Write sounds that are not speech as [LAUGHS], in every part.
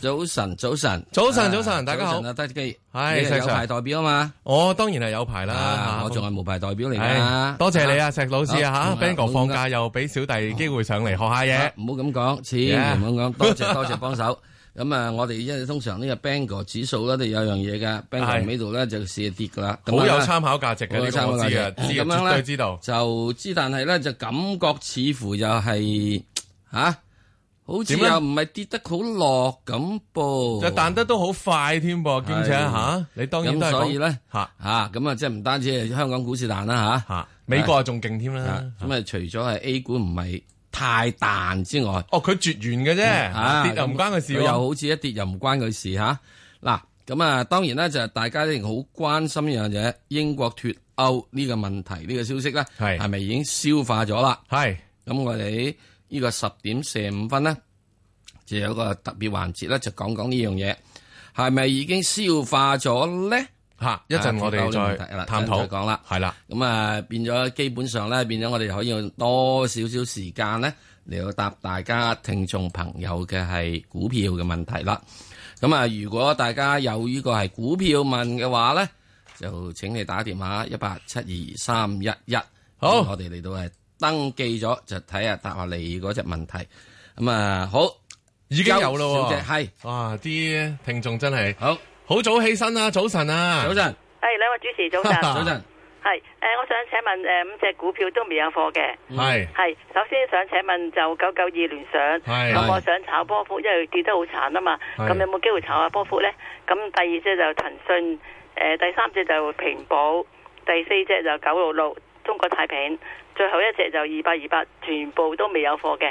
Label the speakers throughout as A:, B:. A: 早晨，早晨，
B: 早晨
A: 啊
B: 早晨大家好
A: 早晨啊，德基，
B: 係
A: 你係
B: 石
A: 有
B: Sir
A: 派代表啊嘛，
B: 我當然係有排啦
A: 啊，，我仲係無牌代表嚟
B: 唉
A: 噶，
B: 多謝你啊，石老師啊
A: 好
B: 吓，Ben 哥
A: 好
B: 放假又俾小弟機會上嚟學下嘢
A: 啊，唔好咁講，千
B: Yeah
A: 祈唔好咁講，多
B: [LAUGHS]
A: 謝多謝幫手。咁啊，我哋因為通常呢個 b a n g o 指數咧，都有樣嘢噶 b a n g
B: 係
A: o 尾度咧就市跌噶啦，咁啊
B: 好
A: 樣
B: 有
A: 呢
B: 參考價值嘅，呢個我知啊，
A: 好有參考價值
B: 知啊，
A: 咁樣
B: 絕
A: 呢
B: 對知道。
A: 就知，但係咧就感覺似乎又係吓，好似
B: 點呢
A: 又唔係跌得好落咁噃，
B: 就彈得都好快添噃，兼且
A: 哦係
B: 吓，你當然都
A: 咁
B: 係
A: 所以
B: 講
A: 咧
B: 吓
A: 吓，咁啊，即係唔單止係香港股市彈啦吓。
B: 吓，美國啊仲勁添啦
A: 啊，咁啊，除咗係 A 股唔係太彈之外，
B: 哦佢絕緣嘅啫，
A: 啊
B: 跌又唔關佢事
A: 咁佢
B: 喎，
A: 又好似一跌又唔關佢事吓。嗱，咁啊，當然啦，就係大家一定好關心一樣嘢，英國脱歐呢個問題呢個消息咧，
B: 係
A: 係咪已經消化咗啦？
B: 係
A: 咁我哋呢個十點四五分呢，就有個特別環節咧，就講講呢樣嘢，係咪已經消化咗咧？
B: 吓，一陣我哋
A: 啊脱歐呢個問題
B: 再
A: 啦
B: 探
A: 一陣
B: 討
A: 再講啦。
B: 係啦，
A: 咁啊，變咗基本上咧，變咗我哋可以用多少少時間咧嚟到答大家聽眾朋友嘅係股票嘅問題啦。咁啊，如果大家有呢個係股票問嘅話咧，就請你打電話一八七二三一一，
B: 好
A: 我哋嚟到係登記咗，就睇下答下你嗰只問題。咁啊，好，
B: 已經有咯
A: 周小
B: 喎
A: 姐，係
B: 哇！啲聽眾真係
A: 好，
B: 好早起身啊，早晨啊，
A: 早晨，
C: 系两位主持早晨，
B: [LAUGHS]
A: 早晨，
C: 系诶、誒我想請問诶、誒五隻股票都未有貨嘅，
B: 係
C: 係首先想請問就九九二聯想，
B: 係
C: 咁我想炒波幅，因為跌得好慘啊嘛，
B: 係
C: 咁有冇機會炒下波幅呢？咁第二隻就騰訊，诶、第三隻就平保，第四隻就九六六中國太平，最後一隻就二八二八，全部都未有貨嘅。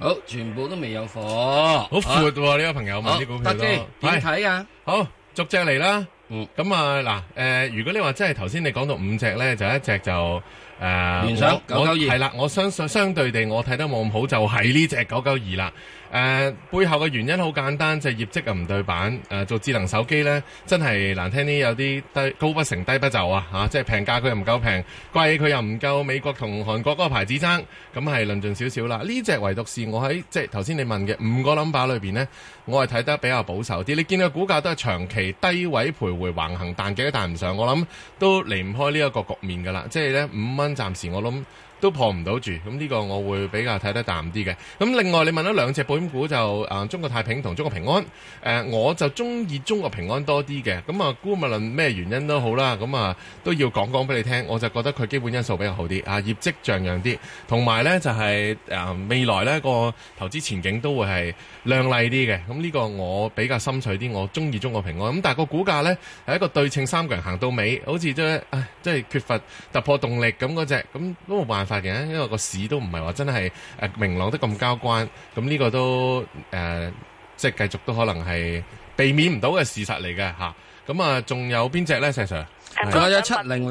A: 好，全部都未有貨，
B: 好
A: 好
B: 闊喎呢個朋友問
A: 好
B: 啲股
A: 德
B: 票
A: 基
B: 都
A: 點
B: 係
A: 睇啊？
B: 好，逐隻嚟啦。
A: 嗯
B: 咁啊嗱，誒、如果你話真係頭先你講到五隻咧，就一隻就誒、呃、
A: 聯想
B: 我我
A: 992
B: 係啦，我相信相對地我睇得冇咁好，就係呢只九九二啦。誒、背後嘅原因好簡單，就係、業績又唔對版。誒、做智能手機咧，真係難聽啲，有啲低高不成低不就啊！嚇、即係平價佢又唔夠平，貴佢又唔夠美國同韓國嗰個牌子爭，咁係論盡少少啦。呢只唯獨是我喺即係頭先你問嘅五個 number 裏邊呢，我係睇得比較保守啲。你見到股價都係長期低位徘徊橫行，彈幾都彈唔上。我諗都離唔開呢一個局面㗎啦。即係呢五蚊，暫時我諗都破唔到住。咁呢個我會比較睇得淡啲嘅。咁另外你問咗兩隻保險股就誒、呃中國太平同中國平安。誒、呃我就中意中國平安多啲嘅。咁啊，估無論咩原因都好啦，咁啊都要講講俾你聽。我就覺得佢基本因素比較好啲，啊業績像樣啲，同埋呢就係、呃未來呢個投資前景都會係亮麗啲嘅。咁呢個我比較心水啲，我中意中國平安。咁但係個股價呢，係一個對稱三強行到尾，好似都唉即係缺乏突破動力咁嗰只，咁都冇辦法嘅，因為個市都唔係話真係誒明朗得咁交關。咁呢個都誒、呃即係繼續都可能係避免唔到嘅事實嚟嘅嚇。咁啊，仲有邊只呢？石 Sir？
C: 誒
A: 仲有
C: 我想問
A: 700
C: 誒
B: 係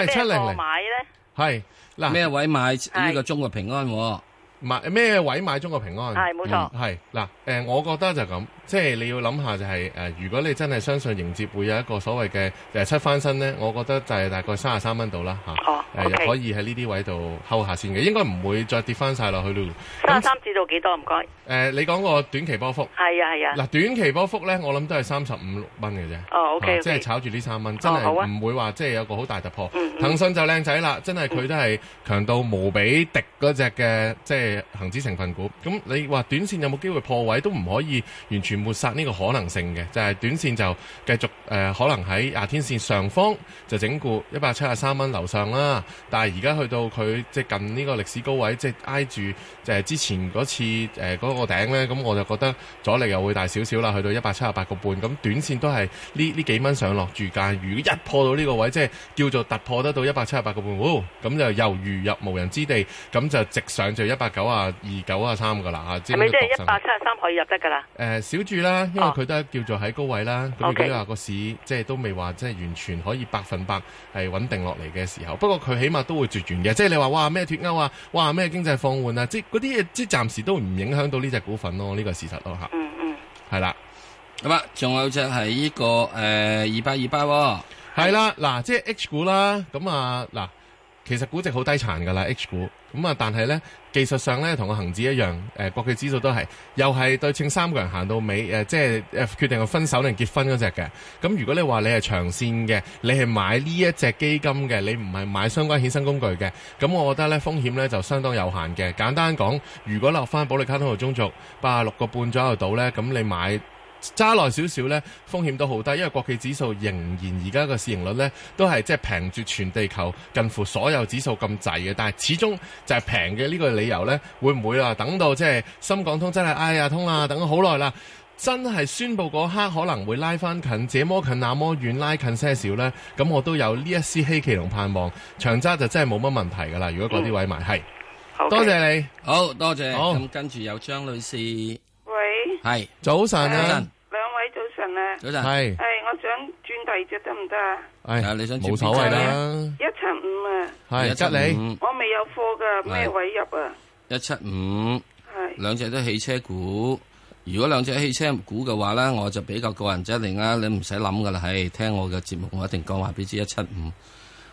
C: 咩
B: 700
C: 貨買呢？
B: 係嗱
A: 咩位買呢個中國平安喎？
B: 買咩位買中國平安？
C: 係冇錯，
B: 係嗱，誒、我覺得就咁，即係你要諗下就係、誒、如果你真係相信迎接會有一個所謂嘅誒七翻身咧，我覺得就係大概三十三蚊度啦嚇，誒、
C: 哦
B: 又可
C: ，OK，
B: 以喺呢啲位度睺下先嘅，應該唔會再跌翻晒落去咯。
C: 三
B: 咁
C: 十三至到幾多？唔該，
B: 誒、你講個短期波幅，
C: 係啊係
B: 嗱、
C: 啊，
B: 短期波幅咧，我諗都係三十五六蚊嘅啫。
C: 哦
B: 啊
C: ，OK
B: 即係
C: OK，
B: 炒住呢三蚊，真
C: 好啊
B: 係唔會話即係有個好大突破。
C: 嗯嗯
B: 騰訊就靚仔啦，真係佢都係強到無比敵嗰只嘅即係恒指成分股。咁你話短線有冇機會破位都唔可以完全抹殺呢個可能性嘅，就係、短線就繼續誒、呃可能喺廿天線上方就整固一百七十三蚊樓上啦。但係而家去到佢即係近呢個歷史高位，即係挨住誒之前嗰次誒嗰、個頂咧，咁我就覺得阻力又會大少少啦，去到一百七十八個半，咁短線都係呢呢幾蚊上落住價。如果一破到呢個位，即係叫做突破得到一百七十八個半，哦咁就猶如入無人之地，咁就直上就一百九啊二九啊三噶啦啊，即
C: 係咪即係
B: 呢個
C: 一百七十三可以入得㗎啦？
B: 誒、呃小注啦，因為
C: 哦
B: 佢都係叫做喺高位啦。咁、如果
C: OK
B: 你話個市即係都未話即係完全可以百分百係穩定落嚟嘅時候，不過佢起碼都會絕緣嘅。即係你話哇咩脱歐啊，哇咩經濟放緩啊，即係嗰啲嘢即係暫時都唔影響到呢只股份咯，呢、個事實咯
C: 嗯嗯。
B: 嚇，係啦。
A: 咁啊，仲有隻係呢個誒二八二八喎，
B: 係啦，嗱，即係 H 股啦，咁啊，嗱，其實估值好低殘㗎啦 H 股，咁啊，但係呢，技術上呢，同個恒指一樣，誒、國企指數都係，又係對稱三個人行到尾，誒、呃即係誒、決定係分手定結婚嗰只嘅。咁如果你話你係長線嘅，你係買呢一隻基金嘅，你唔係買相關衍生工具嘅，咁我覺得呢風險呢就相當有限嘅。簡單講，如果落翻保利卡通道中續八十六個半左右到呢，咁你買。揸耐少少呢，風險都好低，因為國企指數仍然而家個市盈率呢，都係即係平住全地球近乎所有指數咁滯嘅，但係始終就係平嘅呢個理由呢，會唔會啊？等到即係深港通真係哎呀通啦，等咗好耐啦。真係宣佈嗰刻可能會拉翻近，這麼近那麼遠，拉近些少呢。咁我都有呢一絲希冀同盼望。長揸就真係冇乜問題㗎啦。如果
A: 嗯
B: 嗰啲位買係，
C: 好嘅
B: 多謝你，
A: 好多謝。
B: 好
A: 咁跟住有張女士，係
D: 喂，
B: 早晨
A: 早
B: 啊
A: 晨，，
D: 兩位早晨啊，
A: 早晨，
B: 係，
D: 係我想轉第二隻得唔得啊？
B: 唉
A: 啊你想接
B: 冇所謂
A: 邊隻
B: 啦，
D: 一七五啊，
B: 係吉你。
D: 我未有貨噶，咩
A: 係
D: 位入啊？
A: 一七五，
D: 係
A: 兩隻都汽車股。如果兩隻汽車股嘅話咧，我就比較個人質嚟啦，你唔使諗噶啦，係聽我嘅節目，我一定講話俾你知一七五。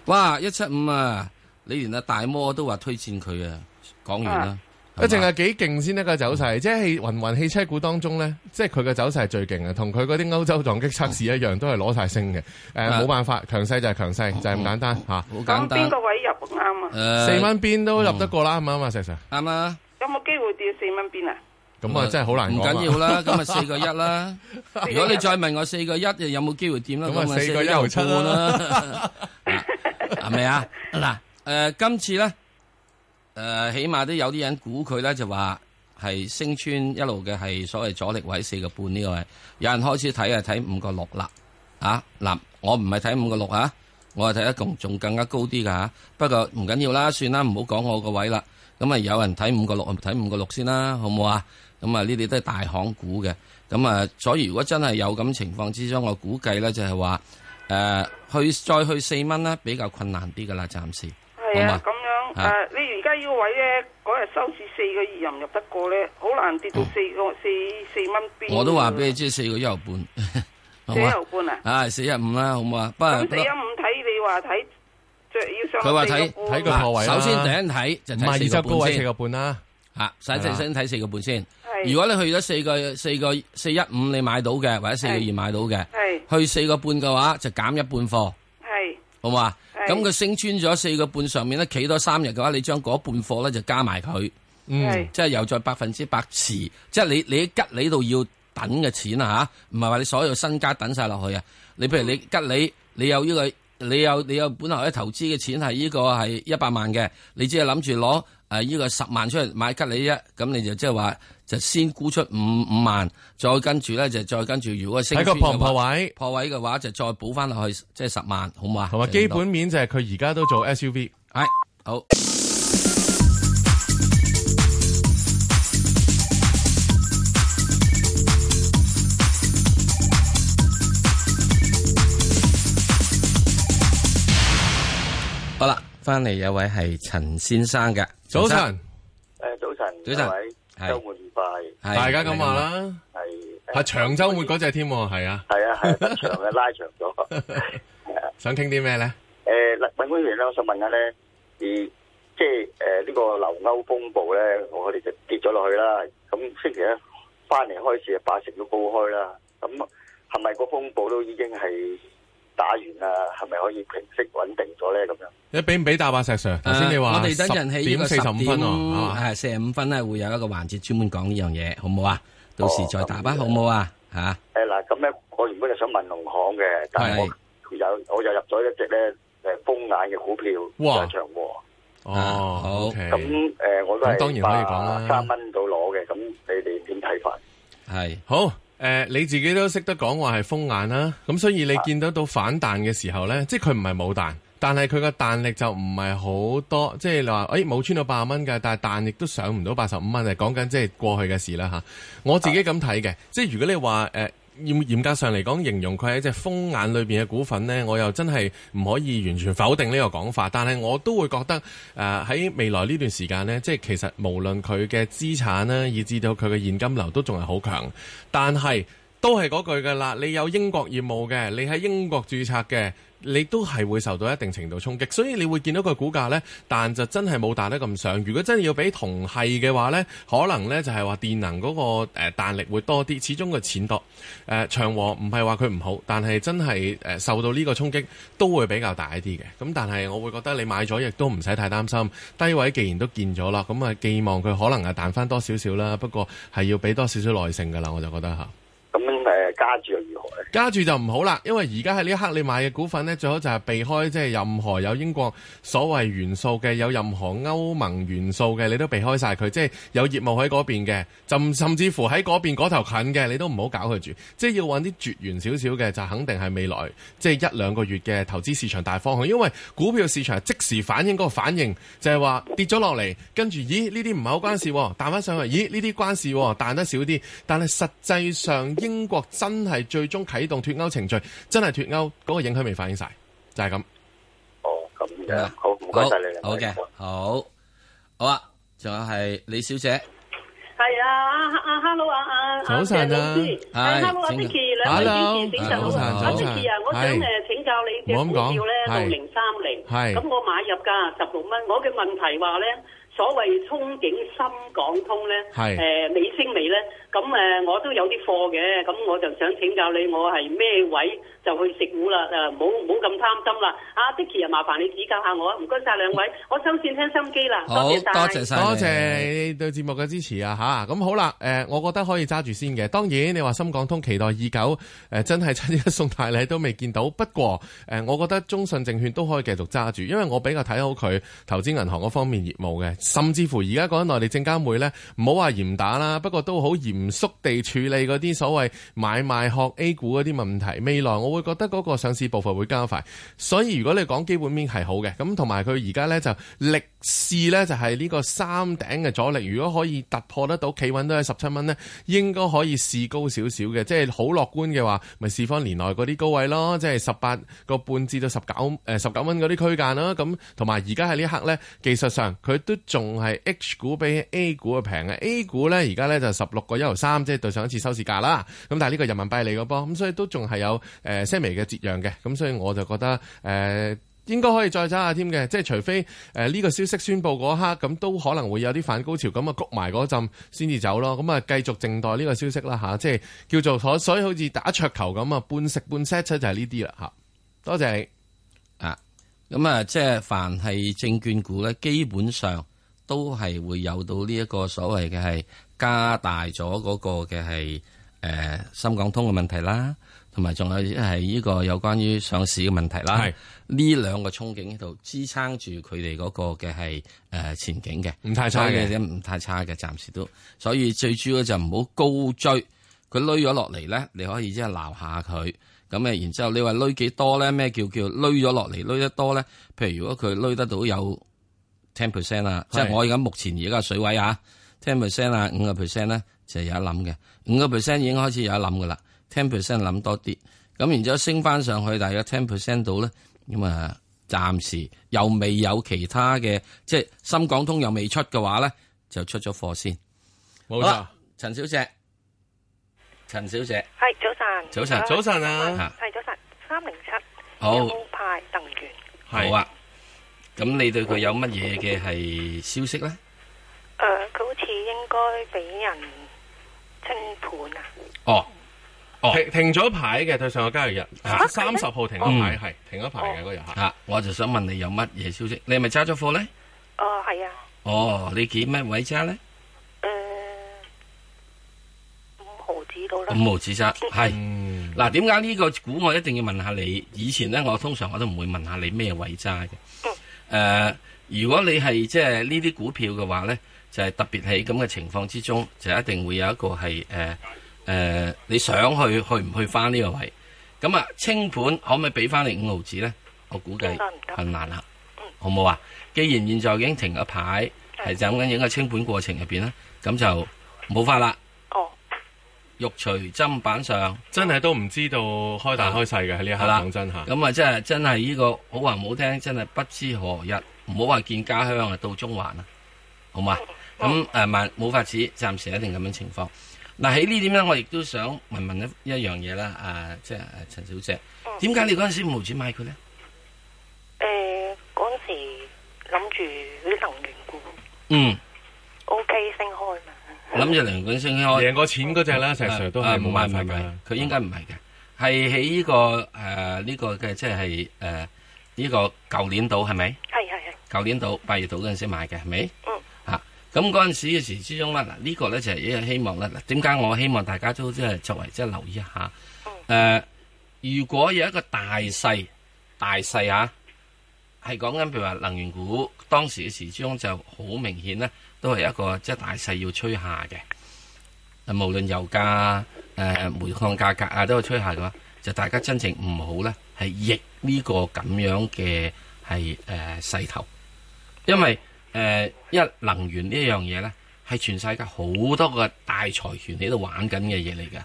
A: 哇，一七五啊，你連阿大摩都話推薦佢啊，講完啦。
B: 啊一
A: 係
B: 淨
A: 嘛嗯
B: 係幾勁先得個走勢，即係雲雲汽車股當中呢，即係佢嘅走勢係最勁嘅，同佢嗰啲歐洲撞擊測試一樣，都係攞晒升嘅。誒、
A: 啊哦
B: 冇辦法，強勢就係強勢，就係咁簡單嚇。
A: 好簡
D: 咁邊
A: 單。
D: 個位入啱啊？
A: 誒
B: 四蚊邊都入得過啦，啱唔啱啊？石 Sir，
A: 啱啦。
D: 有冇機會跌四蚊邊啊？
B: 咁啊真係好難
A: 嗯唔
B: 講
A: 緊要
B: 啊。
A: 啦，咁咪四個一啦。
B: [LAUGHS]
A: 如果你再問我四個一，又有冇機會點啦？
B: 咁啊
A: 咁咪
B: 四個一毫七
A: 半啦，
B: [LAUGHS]
A: 係咪啊？嗱，誒，今次咧，誒，起碼都有啲人估佢咧，就話係升穿一路嘅係所謂阻力位四個半呢個位，有人開始睇啊，睇五個六啦。啊，嗱，我唔係睇五個六啊，我係睇得仲仲更加高啲㗎吓。不過唔緊要啦，算啦，唔好講我個位啦。咁啊，有人睇五個六，我睇五個六先啦，好唔好啊？咁啊，呢啲都係大行股嘅。咁啊，所以如果真係有咁情況之中，我估計咧就係話誒去再去四蚊啦，比較困難啲㗎啦，暫時。
D: 係
A: 好嘛
D: 啊，咁樣
A: 啊
D: 誒，你而家呢個位咧，嗰日收市四個二入唔入得過咧？好難跌到四個四四蚊邊。
A: 我都話俾你知，四個一毫半， [LAUGHS] 好
D: 嗯四
A: 嘛？
D: 毫半啊！
A: 啊，四一五啦，好唔好啊？不過
D: 咁
A: 不
D: 四
A: 過
D: 一五睇你話睇，著要上
A: 佢話
D: 四
A: 睇
D: 個半
B: 睇佢破位啦
A: 首先第一睇就
B: 唔係二
A: 睇四個
B: 周高
A: 半
B: 位四
A: 先
B: 個半啊啦，
A: 嚇，使
B: 係啦
A: 睇先睇四個半先。
D: 係
A: 如果你去咗四個四個四一五，你買到嘅或者四個二
D: 係
A: 買到嘅，
D: 係
A: 去四個半嘅話就減一半貨，
D: 係
A: 好嘛？
D: 係
A: 咁佢升穿咗四個半上面咧，企多三日嘅話，你將嗰半貨咧就加埋佢，
B: 嗯
D: 係，
A: 即係又再百分之百持，即係你你喺吉利度要等嘅錢啊吓，唔係話你所有身家等晒落去啊。你譬如
B: 嗯
A: 你吉利，你有呢、個，你有你有本來咧投資嘅錢係呢個係一百萬嘅，你只係諗住攞誒呢個十萬出嚟買吉利啫，咁你就即係話就先沽出五五萬，再跟住咧就再跟住如果升
B: 睇
A: 穿
B: 佢破唔
A: 嘅
B: 破
A: 話
B: 位，
A: 破位嘅話，就再補翻落去，即係十萬，好唔好啊？
B: 同埋基本面就係佢而家都做 SUV。
A: 係好。好啦，翻嚟有位係陳先生嘅，
B: 早晨，
E: 诶，呃早晨，
A: 早晨
E: 各位
A: 係
E: 周末愉快，
A: 陳先生，係
B: 大家咁話，啦，
E: 系
B: 係啊長週末嗰只添喎，係啊，
E: 系啊系啊，長嘅拉長咗。
B: 想傾啲咩呢？
E: 诶，嗱，尹官員咧，我想問下咧，而即係诶呢個留歐風暴咧，我哋就跌咗落去啦。咁星期一翻嚟開始，八成都高開啦。咁係咪個風暴都已經係打完啦？係咪可以平息穩定咗咧？咁樣
B: 你俾唔俾答啊，石 Sir？頭先你
A: 誒
B: 話
A: 我哋等陣喺呢
B: 點
A: 個
B: 四
A: 十
B: 十五分喎，係嘛
A: 係四十五分咧，會有一個環節專門講呢樣嘢，好唔好啊？到時再答啊，
E: 哦
A: 好唔好啊？吓，
E: 诶嗱，咁咧，我原本就想問農行嘅，但係我有我又入咗一隻咧诶風眼嘅股票，
B: 哇
E: 就係長和。
B: 哦，
A: 好
B: OK
E: 咁誒、呃我都
B: 咁
E: 係
B: 當然可以講啦
E: 三蚊到攞嘅，咁你哋點睇法？
A: 係。
B: 好，誒、你自己都識得講話係風眼啦，咁所以你見得到反彈嘅時候呢，即係佢唔係冇彈，但係佢個彈力就唔係好多，即係你話誒冇穿到八十蚊㗎，但係彈亦都上唔到八十五蚊，係講緊即係過去嘅事啦嚇。我自己咁睇嘅，即係如果你話誒。呃嚴嚴格上嚟講，形容佢係一隻風眼裏邊嘅股份呢，我又真係唔可以完全否定呢個講法。但係我都會覺得，誒、呃喺未來呢段時間呢，即係其實無論佢嘅資產啦，以至到佢嘅現金流都仲係好強，但係。都係嗰句噶啦，你有英國業務嘅，你喺英國註冊嘅，你都係會受到一定程度衝擊，所以你會見到個股價呢，但就真係冇彈得咁上。如果真係要俾同係嘅話呢，可能呢就係話電能嗰個誒彈力會多啲，始終個錢多。誒、呃、長和唔係話佢唔好，但係真係誒受到呢個衝擊都會比較大啲嘅。咁但係我會覺得你買咗亦都唔使太擔心，低位既然都見咗啦，咁啊寄望佢可能啊彈翻多少少啦，不過係要俾多少少耐性噶啦，我就覺得嚇。
E: 咁誒加注又如何咧？
B: 加注就唔好啦，因為而家喺呢一刻你買嘅股份呢，最好就係避開即係任何有英國所謂元素嘅，有任何歐盟元素嘅，你都避開晒佢。即係有業務喺嗰邊嘅，甚甚至乎喺嗰邊嗰頭近嘅，你都唔好搞佢住。即係要揾啲絕緣少少嘅，就肯定係未來即係一兩個月嘅投資市場大方向。因為股票市場係即時反映嗰個反應，就係話跌咗落嚟，跟住咦呢啲唔係好關事喎，彈翻上去，咦呢啲關事喎，彈得少啲。但係實際上英國真係最終啟動脱歐程序，真係脱歐嗰個影響未反映晒，就係咁。
E: 哦，咁嘅，好唔該晒你兩
A: 好
E: 位。
A: 嘅，好好啊，仲有係李小姐，
F: 係啊，啊啊，hello 啊啊，
B: 早晨啊
A: 係
F: 係 hello 啊
A: 請
F: ，Vicky 兩位主
B: Hello，
F: 持，早晨
A: 早晨
F: 啊
A: 早晨
F: ，Vicky 啊，我想
B: 係
F: 誒請教你
B: 唔好
F: 嘅
B: 咁
F: 股
B: 講
F: 票咧，六
B: 係
F: 零三零，
B: 係
F: 咁我買入㗎啊十六蚊，我嘅問題話咧，所謂憧憬深港通咧，
B: 係
F: 誒美升未咧，咁誒我都有啲貨嘅，咁我就想請教你，我係咩位就去食糊啦？誒，唔好唔好咁貪心啦，阿 Vicky 啊，麻煩你指教下我啊，唔該晒兩位，我收線聽心機啦，
A: 嗯好
F: 多
A: 多
F: 謝晒
A: 謝。晒你，
B: 多謝你對節目嘅支持啊吓，咁好啦，誒、我覺得可以揸住先嘅。當然你話深港通期待已久，誒、真係七一送大禮都未見到。不過誒、我覺得中信證券都可以繼續揸住，因為我比較睇好佢投資銀行嗰方面業務嘅，甚至乎而家講緊內地證監會呢，唔好話嚴打啦，不過都好嚴肅地處理嗰啲所謂買賣學 A 股嗰啲問題。未來我會覺得嗰個上市步伐會加快，所以如果你講基本面係好嘅，咁同埋佢而家呢就力試呢，就係呢個三頂嘅阻力，如果可以突破得到企穩都喺十七蚊呢，應該可以試高少少嘅，即係好樂觀嘅話，咪試翻年內嗰啲高位咯，即係十八個半至到十九呃誒十九蚊嗰啲區間啦。咁同埋而家喺呢一刻呢，技術上佢都仲係 H 股比 A 股啊平嘅，A 股呢而家呢就十六個一毫三，即係對上一次收市價啦。咁但係呢個人民幣嚟嘅噃，咁所以都仲係有誒些微嘅折讓嘅，咁所以我就覺得誒。呃應該可以再揸下添嘅，即係除非誒呢、個消息宣佈嗰刻，咁都可能會有啲反高潮，咁啊谷埋嗰陣先至走咯。咁啊繼續靜待呢個消息啦吓、即係叫做所所以好似打桌球咁啊，半食半 set 出就係呢啲啦吓。多謝你，
A: 啊，咁啊，即係凡係證券股咧，基本上都係會有到呢一個所謂嘅係加大咗嗰個嘅係誒深港通嘅問題啦，同埋仲有係呢個有關於上市嘅問題啦
B: 係。
A: 呢兩個憧憬喺度支撐住佢哋嗰個嘅係誒前景嘅，
B: 唔太差嘅
A: 所以唔太差嘅，暫時都。所以最主要就唔好高追。佢攞咗落嚟咧，你可以即係鬧下佢。咁誒，然之後你話攞幾多咧？咩叫叫攞咗落嚟？攞得多咧？譬如如果佢攞得到有 ten percent 啊，即係
B: 係
A: 我而家目前而家嘅水位啊，ten percent 啊，五個 percent 咧就有得諗嘅。五個 percent 已經開始有得諗噶啦，ten percent 諗多啲。咁然之後升翻上去大約 ten percent 到咧，咁啊暫時又未有其他嘅，即係深港通又未出嘅話咧，就出咗貨先。
B: 冇
A: 好啦，陳小姐，陳小姐，
G: 系早
A: 早
G: 晨，
A: 晨
B: 早晨啊，
A: 嚇
G: 系早晨，三零七，
A: 好
G: 優派能源，
A: 好啊。咁你對佢有乜嘢嘅係消息咧？
G: 诶、佢好似應該俾人清盤啊，
A: 哦，哦
B: 停停咗牌嘅對上個交易日，啊
G: 啊
B: 哦三十號停咗牌，
A: 嗯
B: 係停咗牌嘅嗰日嚇。
A: 啊，我就想問你有乜嘢消息？你係咪揸咗貨咧？
G: 哦係啊，
A: 哦，你幾咩位揸咧？
G: 诶、五毫子到啦，
A: 五毫子揸，係
B: 嗯，
A: 嗱。點解呢個股我一定要問下你？以前咧，我通常我都唔會問下你咩位揸嘅。誒、
G: 嗯
A: 如果你係即係呢啲股票嘅話咧，就係、特別喺咁嘅情況之中，就一定會有一個係誒誒，你想去去唔去翻呢個位？咁啊，清盤可唔可以俾翻你五毫子咧？我估計
G: 應該唔得嗯
A: 困難啦，好冇啊？既然現在已經停咗牌，係就咁緊影個清盤過程入邊咧，咁就冇法啦。
G: 哦，
A: 玉隨砧板上，啊
B: 真係都唔知道開大開細嘅喺呢一刻
A: 係啦
B: 講真嚇。
A: 咁啊真係真係呢、個好話唔好聽，真係不知何日，唔好話見家鄉啊，到中環啊，好嘛？咁誒萬冇法子，暫時一定咁樣情況。嗱喺呢點咧，我亦都想問問一一樣嘢啦，啊，即係啊陳小姐，點解你嗰陣時五毫紙買佢咧？
G: 诶，嗰阵时谂住啲能源股
A: 嗯，
G: OK 升開嘛，
A: 諗住梁冠升開。
B: 贏過錢嗰只啦，石 Sir 都係
A: 啊
B: 冇
A: 唔
B: 辦
A: 唔
B: 法
A: 唔
B: 㗎。啊
A: 佢應該唔係嘅，係喺呢個誒呢個嘅即係誒呢個舊年度係咪？
G: 係係係，
A: 舊年度八月度嗰陣時買嘅係咪？
G: 嗯。
A: 嚇，咁嗰陣時嘅時之中咧，嗱呢個咧就係一個希望咧。嗱，點解我希望大家都即係作為即係留意一下？誒，如果有一個大勢，大勢嚇。係講緊譬如話能源股，當時嘅時鐘就好明顯咧，都係一個即係大勢要吹下嘅。啊，無論油價、誒、煤礦價格啊，都係吹下嘅話，就大家真正唔好咧，係逆呢個咁樣嘅係誒勢頭，因為誒、呃一能源呢樣嘢咧，係全世界好多個大財團喺度玩緊嘅嘢嚟㗎。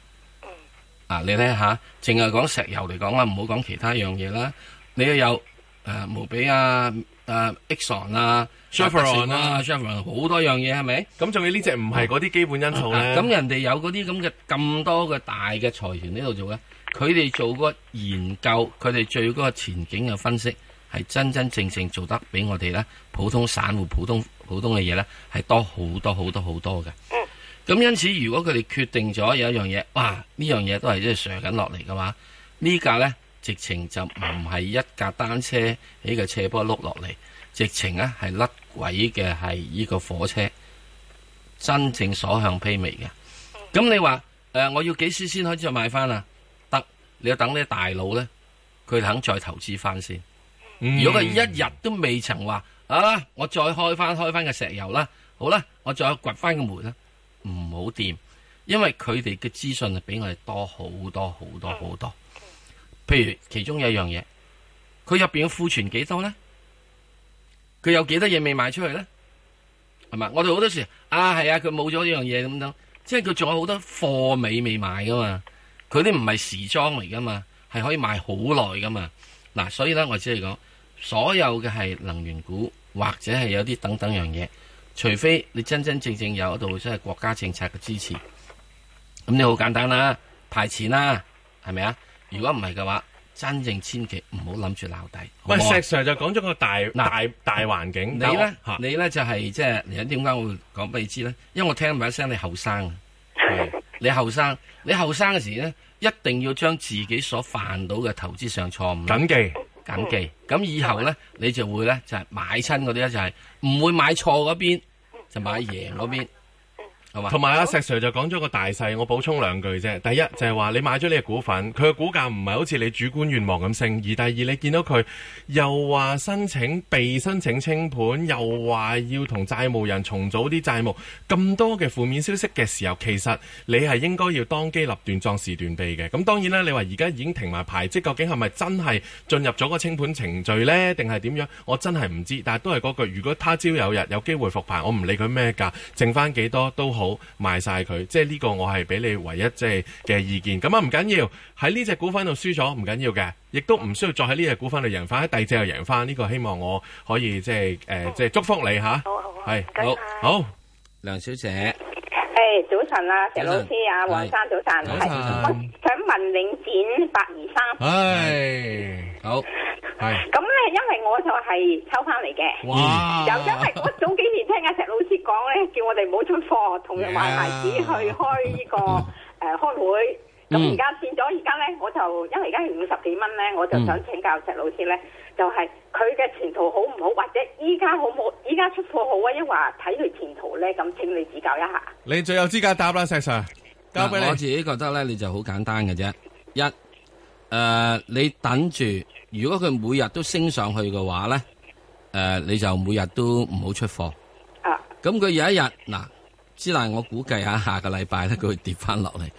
A: 啊，你睇下，淨係講石油嚟講啦，唔好講其他樣嘢啦。你又有誒、呃、無比啊、誒、Exxon 啊、
B: Chevron 啊
A: Chevron 好多樣嘢係咪？
B: 咁仲要呢只唔係嗰啲基本因素咧。
A: 嗯啊咁人哋有嗰啲咁嘅咁多嘅大嘅財團呢度做咧，佢哋做嗰個研究，佢哋最嗰個前景嘅分析，係真真正正做得比我哋咧普通散户、普通普通嘅嘢咧，係多好多好多好多嘅。咁因此，如果佢哋決定咗有一樣嘢，哇！呢樣嘢都係即係上緊落嚟嘅話，呢架呢直情就唔係一架單車喺個斜坡碌落嚟，直情呢係甩軌嘅係呢個火車，真正所向披靡嘅。咁你話誒、呃我要幾時先開始買翻啊？得，你要等啲大佬呢，佢肯再投資翻先。
B: 嗯
A: 如果佢一日都未曾話啊，我再開翻開翻個石油啦，好啦，我再掘翻個煤啦，唔好掂，因為佢哋嘅資訊係比我哋多好多好多好多。譬如其中有一樣嘢，佢入邊嘅庫存幾多咧？佢有幾多嘢未賣出去咧？係咪？我哋好多時啊，係啊，佢冇咗呢樣嘢咁樣，即係佢仲有好多貨尾未賣噶嘛。佢啲唔係時裝嚟噶嘛，係可以賣好耐噶嘛。嗱，所以咧，我只係講所有嘅係能源股或者係有啲等等樣嘢，除非你真真正正有一度即係國家政策嘅支持，咁你好簡單啦，派錢啦，係咪啊？如果唔係嘅話，真正千祈唔好諗住鬧底。好
B: 喂，
A: 唔好啊
B: 石 Sir 就講咗個大大大環境。
A: 你
B: 但我
A: 咧
B: 嚇，
A: 你咧就係即係，你點解我會講俾你知咧？因為我聽埋一聲你後
B: [LAUGHS]
A: 生啊。
B: 係
A: 你後生，你後生嘅時咧，一定要將自己所犯到嘅投資上錯誤
B: 緊記
A: 緊記。咁以後咧，你就會咧就係、買親嗰啲咧就係、唔會買錯嗰邊，就買贏嗰邊，係嘛？
B: 同埋啊阿石 Sir 就講咗個大勢，我補充兩句啫。第一就係話你買咗呢個股份，佢嘅股價唔係好似你主觀願望咁升；而第二你見到佢又話申請被申請清盤，又話要同債務人重組啲債務，咁多嘅負面消息嘅時候，其實你係應該要當機立斷、壯士斷臂嘅。咁當然啦，你話而家已經停埋牌，即究竟係咪真係進入咗個清盤程序呢？定係點樣？我真係唔知。但係都係嗰句，如果他朝有日有機會復牌，我唔理佢咩價，剩翻幾多都好，賣晒佢。即係呢個我係俾你唯一即係嘅意見。咁啊唔緊要，喺呢只股份度輸咗唔緊要嘅，亦都唔需要再喺呢只股份度贏翻，喺第二隻又贏翻。呢、個希望我可以即係誒、呃即係祝福你吓，
G: 好好好，
B: 係
G: 唔該
A: 好
G: 晒
B: 好。
A: 梁小姐，
H: 诶，早晨啊，石
A: 早晨
H: 老師啊，黃生早晨，
A: 早
B: 晨
H: 係我想問領展八二三，
B: 唉，
A: 好，
B: 係
H: 咁咧因為我就係抽翻嚟嘅，
B: 嗯哇！
H: 又因為我早幾年聽阿石老師講咧，叫我哋唔好出貨，同埋埋子去開呢個诶开会。咁
A: 嗯
H: 而家變咗，而家咧我就因為而家係五十幾蚊咧，我就想請教石老師咧，就係佢嘅前途好唔好，或者依家好唔好？依家出貨好啊，抑或睇佢前途咧？咁請你指教一下。
B: 你最有資格答啦，石 Sir，交俾
A: 嗱我
B: 你
A: 自。己覺得咧，你就好簡單嘅啫。一誒、呃你等住，如果佢每日都升上去嘅話咧，誒、你就每日都唔好出貨。
H: 啊，
A: 咁佢有一日嗱，之但我估計啊下下個禮拜咧，佢會跌翻落嚟，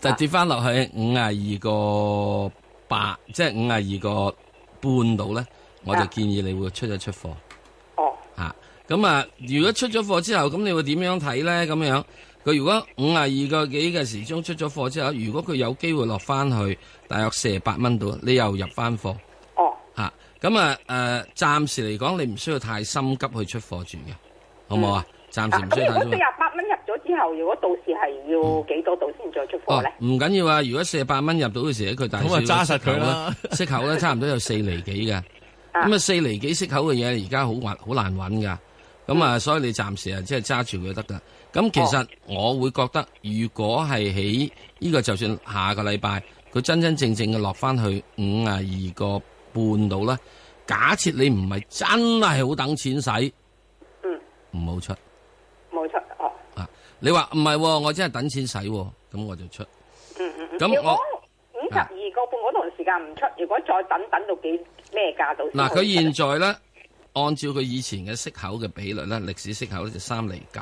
A: 就跌翻落去五啊二個八，即係五啊二個半度咧，我就
H: 啊
A: 建議你會出一出貨。
H: 哦，
A: 啊，咁啊，如果出咗貨之後，咁你會點樣睇咧？咁樣佢如果五啊二個幾嘅時鐘出咗貨之後，如果佢有機會落翻去大約四十八蚊度，你又入翻貨
H: 哦，
A: 嚇。咁啊誒、呃，暫時嚟講，你唔需要太心急去出貨住嘅，好唔好啊？暫
H: 啊嗯
A: 時唔
H: 咁
A: 需
H: 如
A: 要太
H: 果
A: 心
H: 四
A: 急
H: 廿八蚊入咗之之後，如果到時係要幾多度先再出貨咧？
A: 哦唔緊要啊！如果四十八蚊入到嘅時候，佢大
I: 咁啊揸實佢啦
A: 啦， [LAUGHS] 息口咧差唔多有四厘幾嘅。咁啊，四厘幾息口嘅嘢而家好難好難揾噶。咁啊，所以你暫時啊，即係揸住佢得噶。咁其實我會覺得，如果係喺呢個就算下個禮拜，佢真真正正嘅落翻去五啊二個半度啦。假設你唔係真係好等錢使，
H: 嗯，
A: 唔好出。
H: 冇出哦，
A: 啊！你話唔係喎，我真係等錢使喎，咁我就出。
H: 嗯嗯嗯。
A: 咁
H: 如果
A: 我
H: 五十二個半嗰段時間唔出，如果再等等到幾咩價到先
A: 嗱，
H: 可
A: 佢
H: 以出
A: 現在咧，按照佢以前嘅息口嘅比率咧，歷史息口咧就三厘九。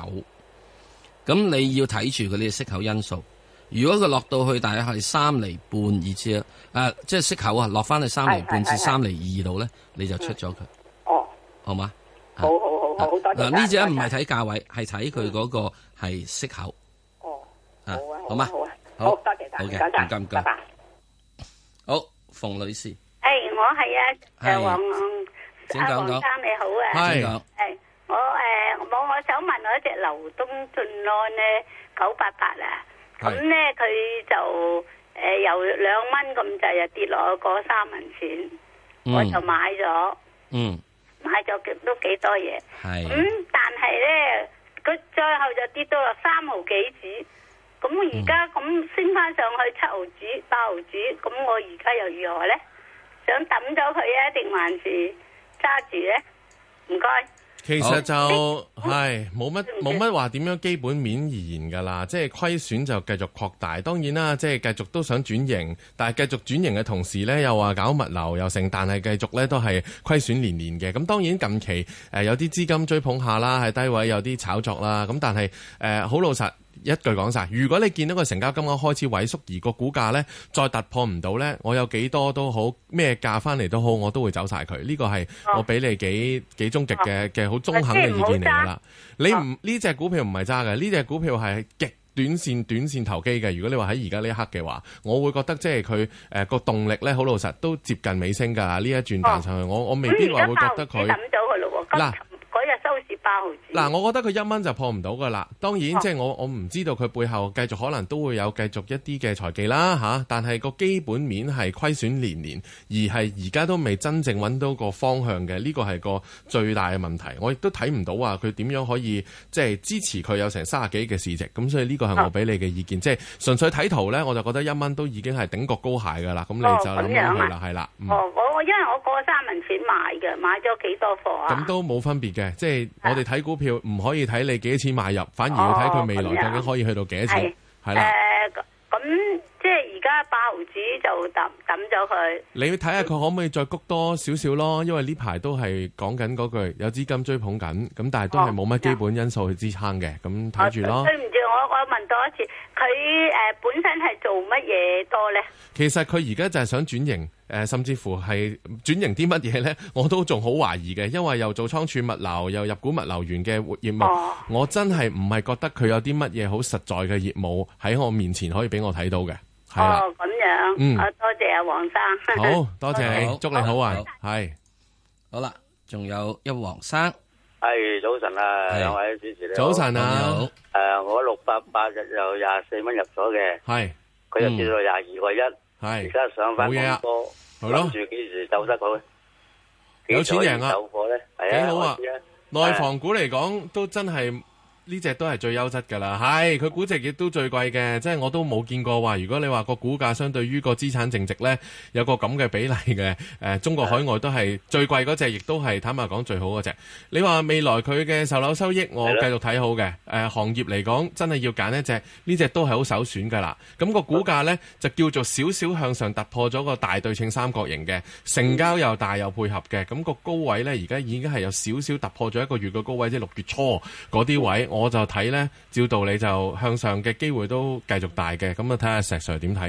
A: 咁你要睇住佢呢個息口因素。如果佢落到去大約係三厘半以至，誒、即係息口啊，落翻去三厘半至
H: 係係係
A: 三厘二度咧，你就出咗佢，
H: 哦，
A: 好嗎？
H: 好好好好，好多謝
A: 嗱，
H: 晒。
A: 呢只唔係
H: 多謝晒
A: 睇價位，係睇佢嗰個係息口。
H: 哦，
A: 啊
H: 好啊，
A: 好嘛
H: 好啊，
A: 好
H: 好多謝晒，
A: 好嘅
H: 唔該晒
A: 唔該唔該
H: 拜拜。
A: 好，馮女士，
J: 诶，我系啊，
A: 係
J: 诶黄
A: 請
J: 阿
A: 講
J: 黄
A: 講
J: 生你好啊，
A: 請講。
J: 诶，我诶我我想問我一隻流東進安咧九八八啊，咁
K: 係
J: 咧佢就诶由兩蚊咁滯啊跌落個三文錢，
K: 嗯
J: 我就買咗，
A: 嗯，
J: 買咗幾都幾多嘢，
B: 嗯
A: 係
J: 咁嗯但係咧佢最後就跌到落三毫幾子。咁而
B: 嗯
J: 家咁升翻上去七毫子、八毫子，咁我而家又如何咧？想抌咗佢啊，定還是揸住咧？唔該。
B: 其實就係冇乜冇乜話點樣基本面而言㗎啦，即係虧損就繼續擴大。當然啦，即係繼續都想轉型，但係繼續轉型嘅同時呢，又話搞物流又成，但係繼續呢都係虧損連連嘅。咁當然近期誒、呃有啲資金追捧下啦，喺低位有啲炒作啦。咁但係誒好老實。一句講晒，如果你見到個成交金額開始萎縮，而個股價呢再突破唔到呢，我有幾多都好，咩價翻嚟都好，我都會走晒佢。呢個係我俾你幾幾終極嘅嘅好中肯嘅意見嚟㗎啦。你唔呢只股票唔係揸嘅，呢只股票係極。短線短線投機嘅，如果你話喺而家呢一刻嘅話，我會覺得即係佢誒個動力呢，好老實都接近尾聲㗎。呢一轉彈上去，我我未必
H: 嗯
B: 話會覺得
J: 咁而
B: 佢
J: 家八毫子抌咗佢咯
B: 嗱
J: 喎。嗱，嗰日收市八毫子。
B: 嗱，我覺得佢一蚊就破唔到噶啦。當然，即係我我唔知道佢背後繼續可能都會有繼續一啲嘅財技啦吓、但係個基本面係虧損連連，而係而家都未真正揾到個方向嘅，呢個係個最大嘅問題。我亦都睇唔到話佢點樣可以即係支持佢有成三十幾嘅市值。咁所以呢個係我俾你嘅意見，即係純粹睇圖呢，我就覺得一蚊都已經係頂角高蟹噶啦。咁你就
J: 哦
B: 諗
J: 咁
B: 諗
J: 樣
B: 佢啦
J: 啊，
B: 係啦。嗯
J: 哦，我我因為我過三文錢買嘅，買咗幾多貨啊？
B: 咁都冇分別嘅，即係我哋睇股票唔可以睇你幾多錢買入，反而要睇佢未來
J: 哦咁樣
B: 究竟可以去到幾多
J: 係
B: 錢，係啦。
J: 誒咁咁即係而家八毫子就抌抌咗佢。
B: 你睇下佢可唔可以再谷多少少咯？因為呢排都係講緊嗰句有資金追捧緊，咁但係都係冇乜基本因素去支撐嘅，咁睇住咯。
J: 哦對唔住，我我問多一次，佢誒、本身係做乜嘢多咧？
B: 其實佢而家就係想轉型，誒、甚至乎係轉型啲乜嘢呢？我都仲好懷疑嘅，因為又做倉儲物流，又入股物流園嘅活業務，
J: 哦
B: 我真係唔係覺得佢有啲乜嘢好實在嘅業務喺我面前可以俾我睇到嘅，係啦。
J: 哦，咁樣，
B: 嗯
J: 啊多謝啊，黃生。 [LAUGHS]
A: [LAUGHS]
B: 好多謝你
A: 好
B: 祝你好運，係
A: 好啦，仲有一黃生，
E: 系早晨啊，
A: 係
E: 兩位主持你
A: 早晨啊你好
E: 诶、我六百八日就廿四蚊入咗嘅，
B: 係
E: 佢又跌到廿二個一，而
B: 係
E: 家上翻
B: 冇嘢啊
E: 咁多，
B: 係咯
E: 諗住幾時走得佢？
B: 有錢贏啊
E: 幾時可以走貨咧，係
B: 幾
E: 啊，
B: 好啊
E: 我知啊！
B: 內房股嚟講都真係呢只都係最優質㗎啦，係佢估值亦都最貴嘅，即係我都冇見過話，如果你話個股價相對於個資產淨值呢，有個咁嘅比例嘅，誒、中國海外都係最貴嗰只，亦都係坦白講最好嗰只。你話未來佢嘅售樓收益，我
E: 係
B: 繼續
E: 咯
B: 睇好嘅，誒、行業嚟講真係要揀一隻，呢只都係好首選㗎啦。咁、個股價呢，就叫做少少向上突破咗個大對稱三角形嘅，成交又大又配合嘅，咁、個高位呢，而家已經係有少少突破咗一個月嘅高位，即係六月初嗰啲位，我就睇呢，照道理就向上嘅機會都繼續大嘅，咁啊睇下石 Sir 點睇。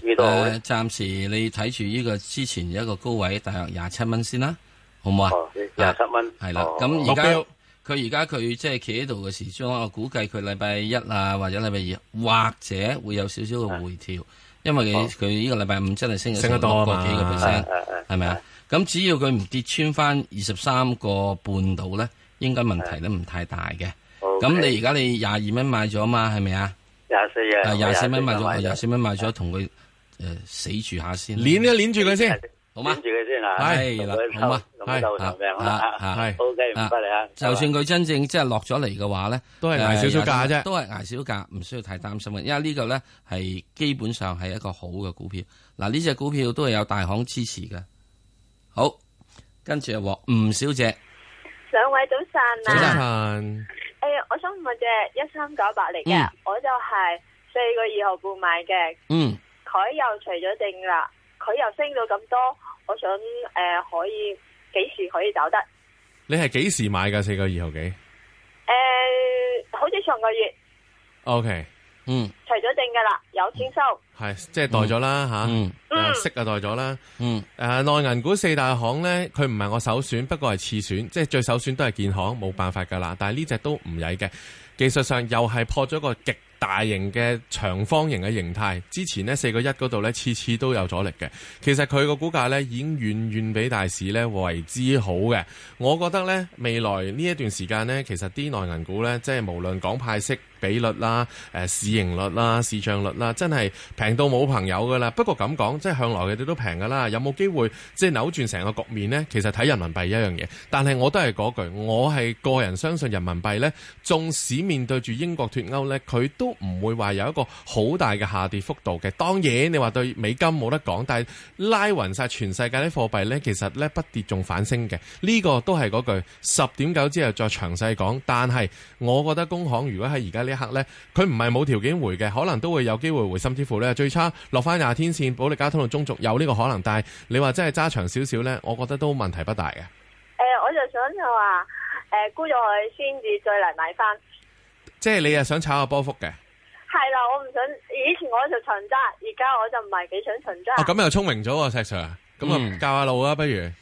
E: 呢
A: 度呃暫時你睇住呢個之前一個高位，大約廿七蚊先啦，好唔好啊？
E: 廿七蚊
A: 係啦
E: 哦，
A: 咁而家
E: 目標
A: 佢而家佢即係企喺度嘅時鐘，我估計佢禮拜一啊或者禮拜二，或者會有少少嘅回調，因為佢佢呢個禮拜五真係升咗
B: 升得
A: 成
B: 多
A: 六
B: 啊
A: 個
B: 嘛
A: 幾個 percent，
B: 係係
A: 係咪啊？咁只要佢唔跌穿翻二十三個半度咧，應該問題都唔太大嘅。咁你而家你廿二蚊買咗嘛，係咪啊？
E: 廿四啊
A: 啊，廿四蚊買咗，哦
E: 廿
A: 廿四蚊買咗，同佢诶死住下先啦。
B: 捻一捻住佢先，
A: 好嘛？
E: 住佢先啊，
A: 係啦
E: 同佢
A: 好嘛
E: 鬥同佢鬥
A: 係
E: 頭命
A: 啊
E: 啦
A: 啊
E: 嚇
B: 係
E: O K，唔該你啊，
A: 就算佢真正即係落咗嚟嘅話呃咧，
B: 都係捱少少價啫
A: 誒都係捱少價，唔需要太擔心嘅，因為呢個咧係基本上係一個好嘅股票。嗱，呢只股票都係有大行支持嘅。好，跟住黃吳小姐，
I: 兩位早晨
B: 早
I: 啊！
B: 晨，
I: 诶、我想問只
J: Dạ,
I: 一三九八嚟嘅，
A: 嗯
I: 我就係四個二毫半買嘅，
A: 嗯，
I: 佢又除咗定啦，佢又升到咁多，我想诶、誒可以幾時可以走得？
B: 你係幾時買㗎？四個二號幾
I: 诶、好似上個月
B: ？OK，
A: 嗯
I: 除咗定噶啦，有錢收。
B: 係即係代咗啦吓
A: 嗯，
B: 誒息啊代咗啦。
A: 嗯，
B: 誒內銀股四大行咧，佢唔係我首選，不過係次選，即係最首選都係建行，冇辦法㗎啦。但係呢只都唔曳嘅，技術上又係破咗個極大型嘅長方形嘅形態。之前呢，四個一嗰度呢，次次都有阻力嘅。其實佢個股價呢，已經遠遠比大市呢為之好嘅。我覺得呢，未來呢一段時間呢，其實啲內銀股呢，即係無論講派息比率啦、誒、市盈率啦、市漲率啦，真係平到冇朋友噶啦。不過咁講，即係向來佢哋都平噶啦。有冇機會即係扭轉成個局面呢？其實睇人民幣一樣嘢，但係我都係嗰句，我係個人相信人民幣呢，縱使面對住英國脱歐呢，佢都唔會話有一個好大嘅下跌幅度嘅。當然你話對美金冇得講，但係拉勻晒全世界啲貨幣呢，其實呢不跌仲反升嘅。呢、個都係嗰句十點九之後再詳細講。但係我覺得工行如果喺而家呢一刻呢，佢唔係冇條件回嘅，可能都會有機會回，甚至乎呢最差落翻廿天線，保利加通道中續有呢個可能。但係你話真係揸長少少呢，我覺得都問題不大嘅。
I: 诶、我就想就話诶沽咗佢先至再嚟買翻。
B: 即係你係想炒下波幅嘅，
I: 係啦，我唔想以前我就長揸，而家我就唔係幾想長
B: 哦
I: 揸。
B: 咁又聰明咗喎，石 Sir，咁啊
A: 嗯
B: 教下路啊，不如
A: 誒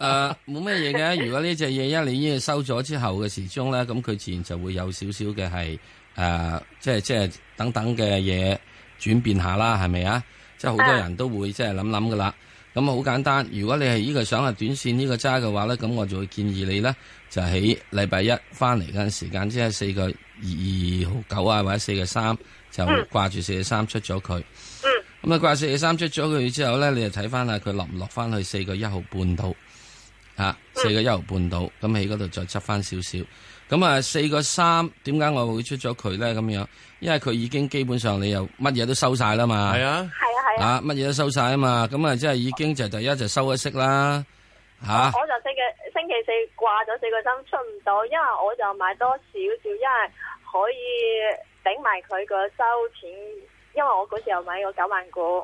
A: 呃冇咩嘢嘅。如果呢只嘢一你已經收咗之後嘅時鐘咧，咁佢自然就會有少少嘅係誒，即係即係等等嘅嘢轉變下啦，係咪啊？即係好多人都會即係諗諗噶啦。咁啊好簡單，如果你係呢個想係短線呢個揸嘅話咧，咁我就會建議你咧，就喺禮拜一翻嚟嗰陣時間，即係四個二二號九啊，或者四個三，就掛住四個三出咗佢。咁啊，掛四四三出咗佢之後咧，你就睇翻下佢落唔落翻去四個一毫半度啊，四個一毫半度，咁喺嗰度再執翻少少。咁啊，四個三點解我會出咗佢咧？咁樣，因為佢已經基本上你又乜嘢都收晒啦嘛。
B: 係啊，
I: 係啊係啊，
A: 啊，乜嘢都收晒啊嘛，咁啊，即係已經就第一就收咗息啦，吓、
I: 我就星期星期四掛咗四個心出唔到，因為我就買多少少，因為可以頂埋佢個收錢，因為我嗰時候買個九萬股，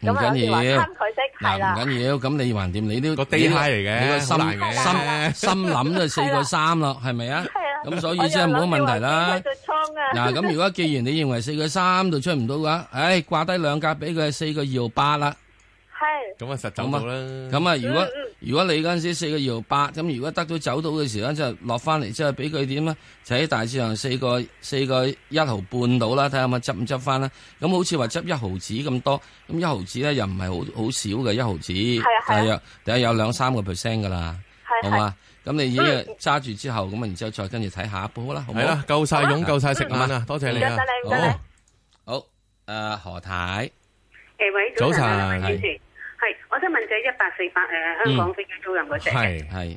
A: 唔
I: 咁啊有
A: 緊
I: 時話
A: 要，
I: 貪佢息係
A: 嗱
I: 啦
A: 唔，緊要，咁你還掂你都
B: 個
A: 你
B: day
A: 都
B: high 嚟嘅
A: 你個心
B: 好難嘅 [LAUGHS]
A: 心心諗就四個三啦，係咪啊？
I: 係啊，
A: 咁所以即係冇乜問題啦
I: 我就諗住話佢做倉啊，
A: 嗱，咁如果既然你認為四個三度出唔到嘅話，唉，掛低兩格俾佢四個二毫八啦。
I: 係
B: 咁啊實走到啦，
A: 咁
I: 嗯
A: 啊，如果如果你嗰陣時四個二毫八，咁如果得到走到嘅時咧，就落翻嚟之後俾佢點咧？啊就喺大致上四個四個一毫半到啦，睇下有冇執唔執翻啦。咁好似話執一毫子咁多，咁一毫子咧又唔係好好少嘅一毫子，
I: 啊係啊
A: 但係有但係有兩三個 percent 噶啦，好
I: 係嗯係。
A: 嘛？咁你已經揸住之後，咁啊，然之後再跟住睇下一步啦，好唔
B: 係
A: 好
B: 啦？，夠晒佣，夠晒食晚啊，多謝你啊
I: 嗯唔該，晒你唔該晒
B: 好
I: 你。
A: 好，好，誒何太，
J: 誒喂，
B: 早
J: 早
B: 晨
J: 晨
B: 啊
J: 啊，
B: 兩
J: 兩
B: 位
J: 位
B: 主
J: 主持，係，我想問就一八四八誒香港飛機租賃嗰只，咁
B: 係
A: 係。
J: 誒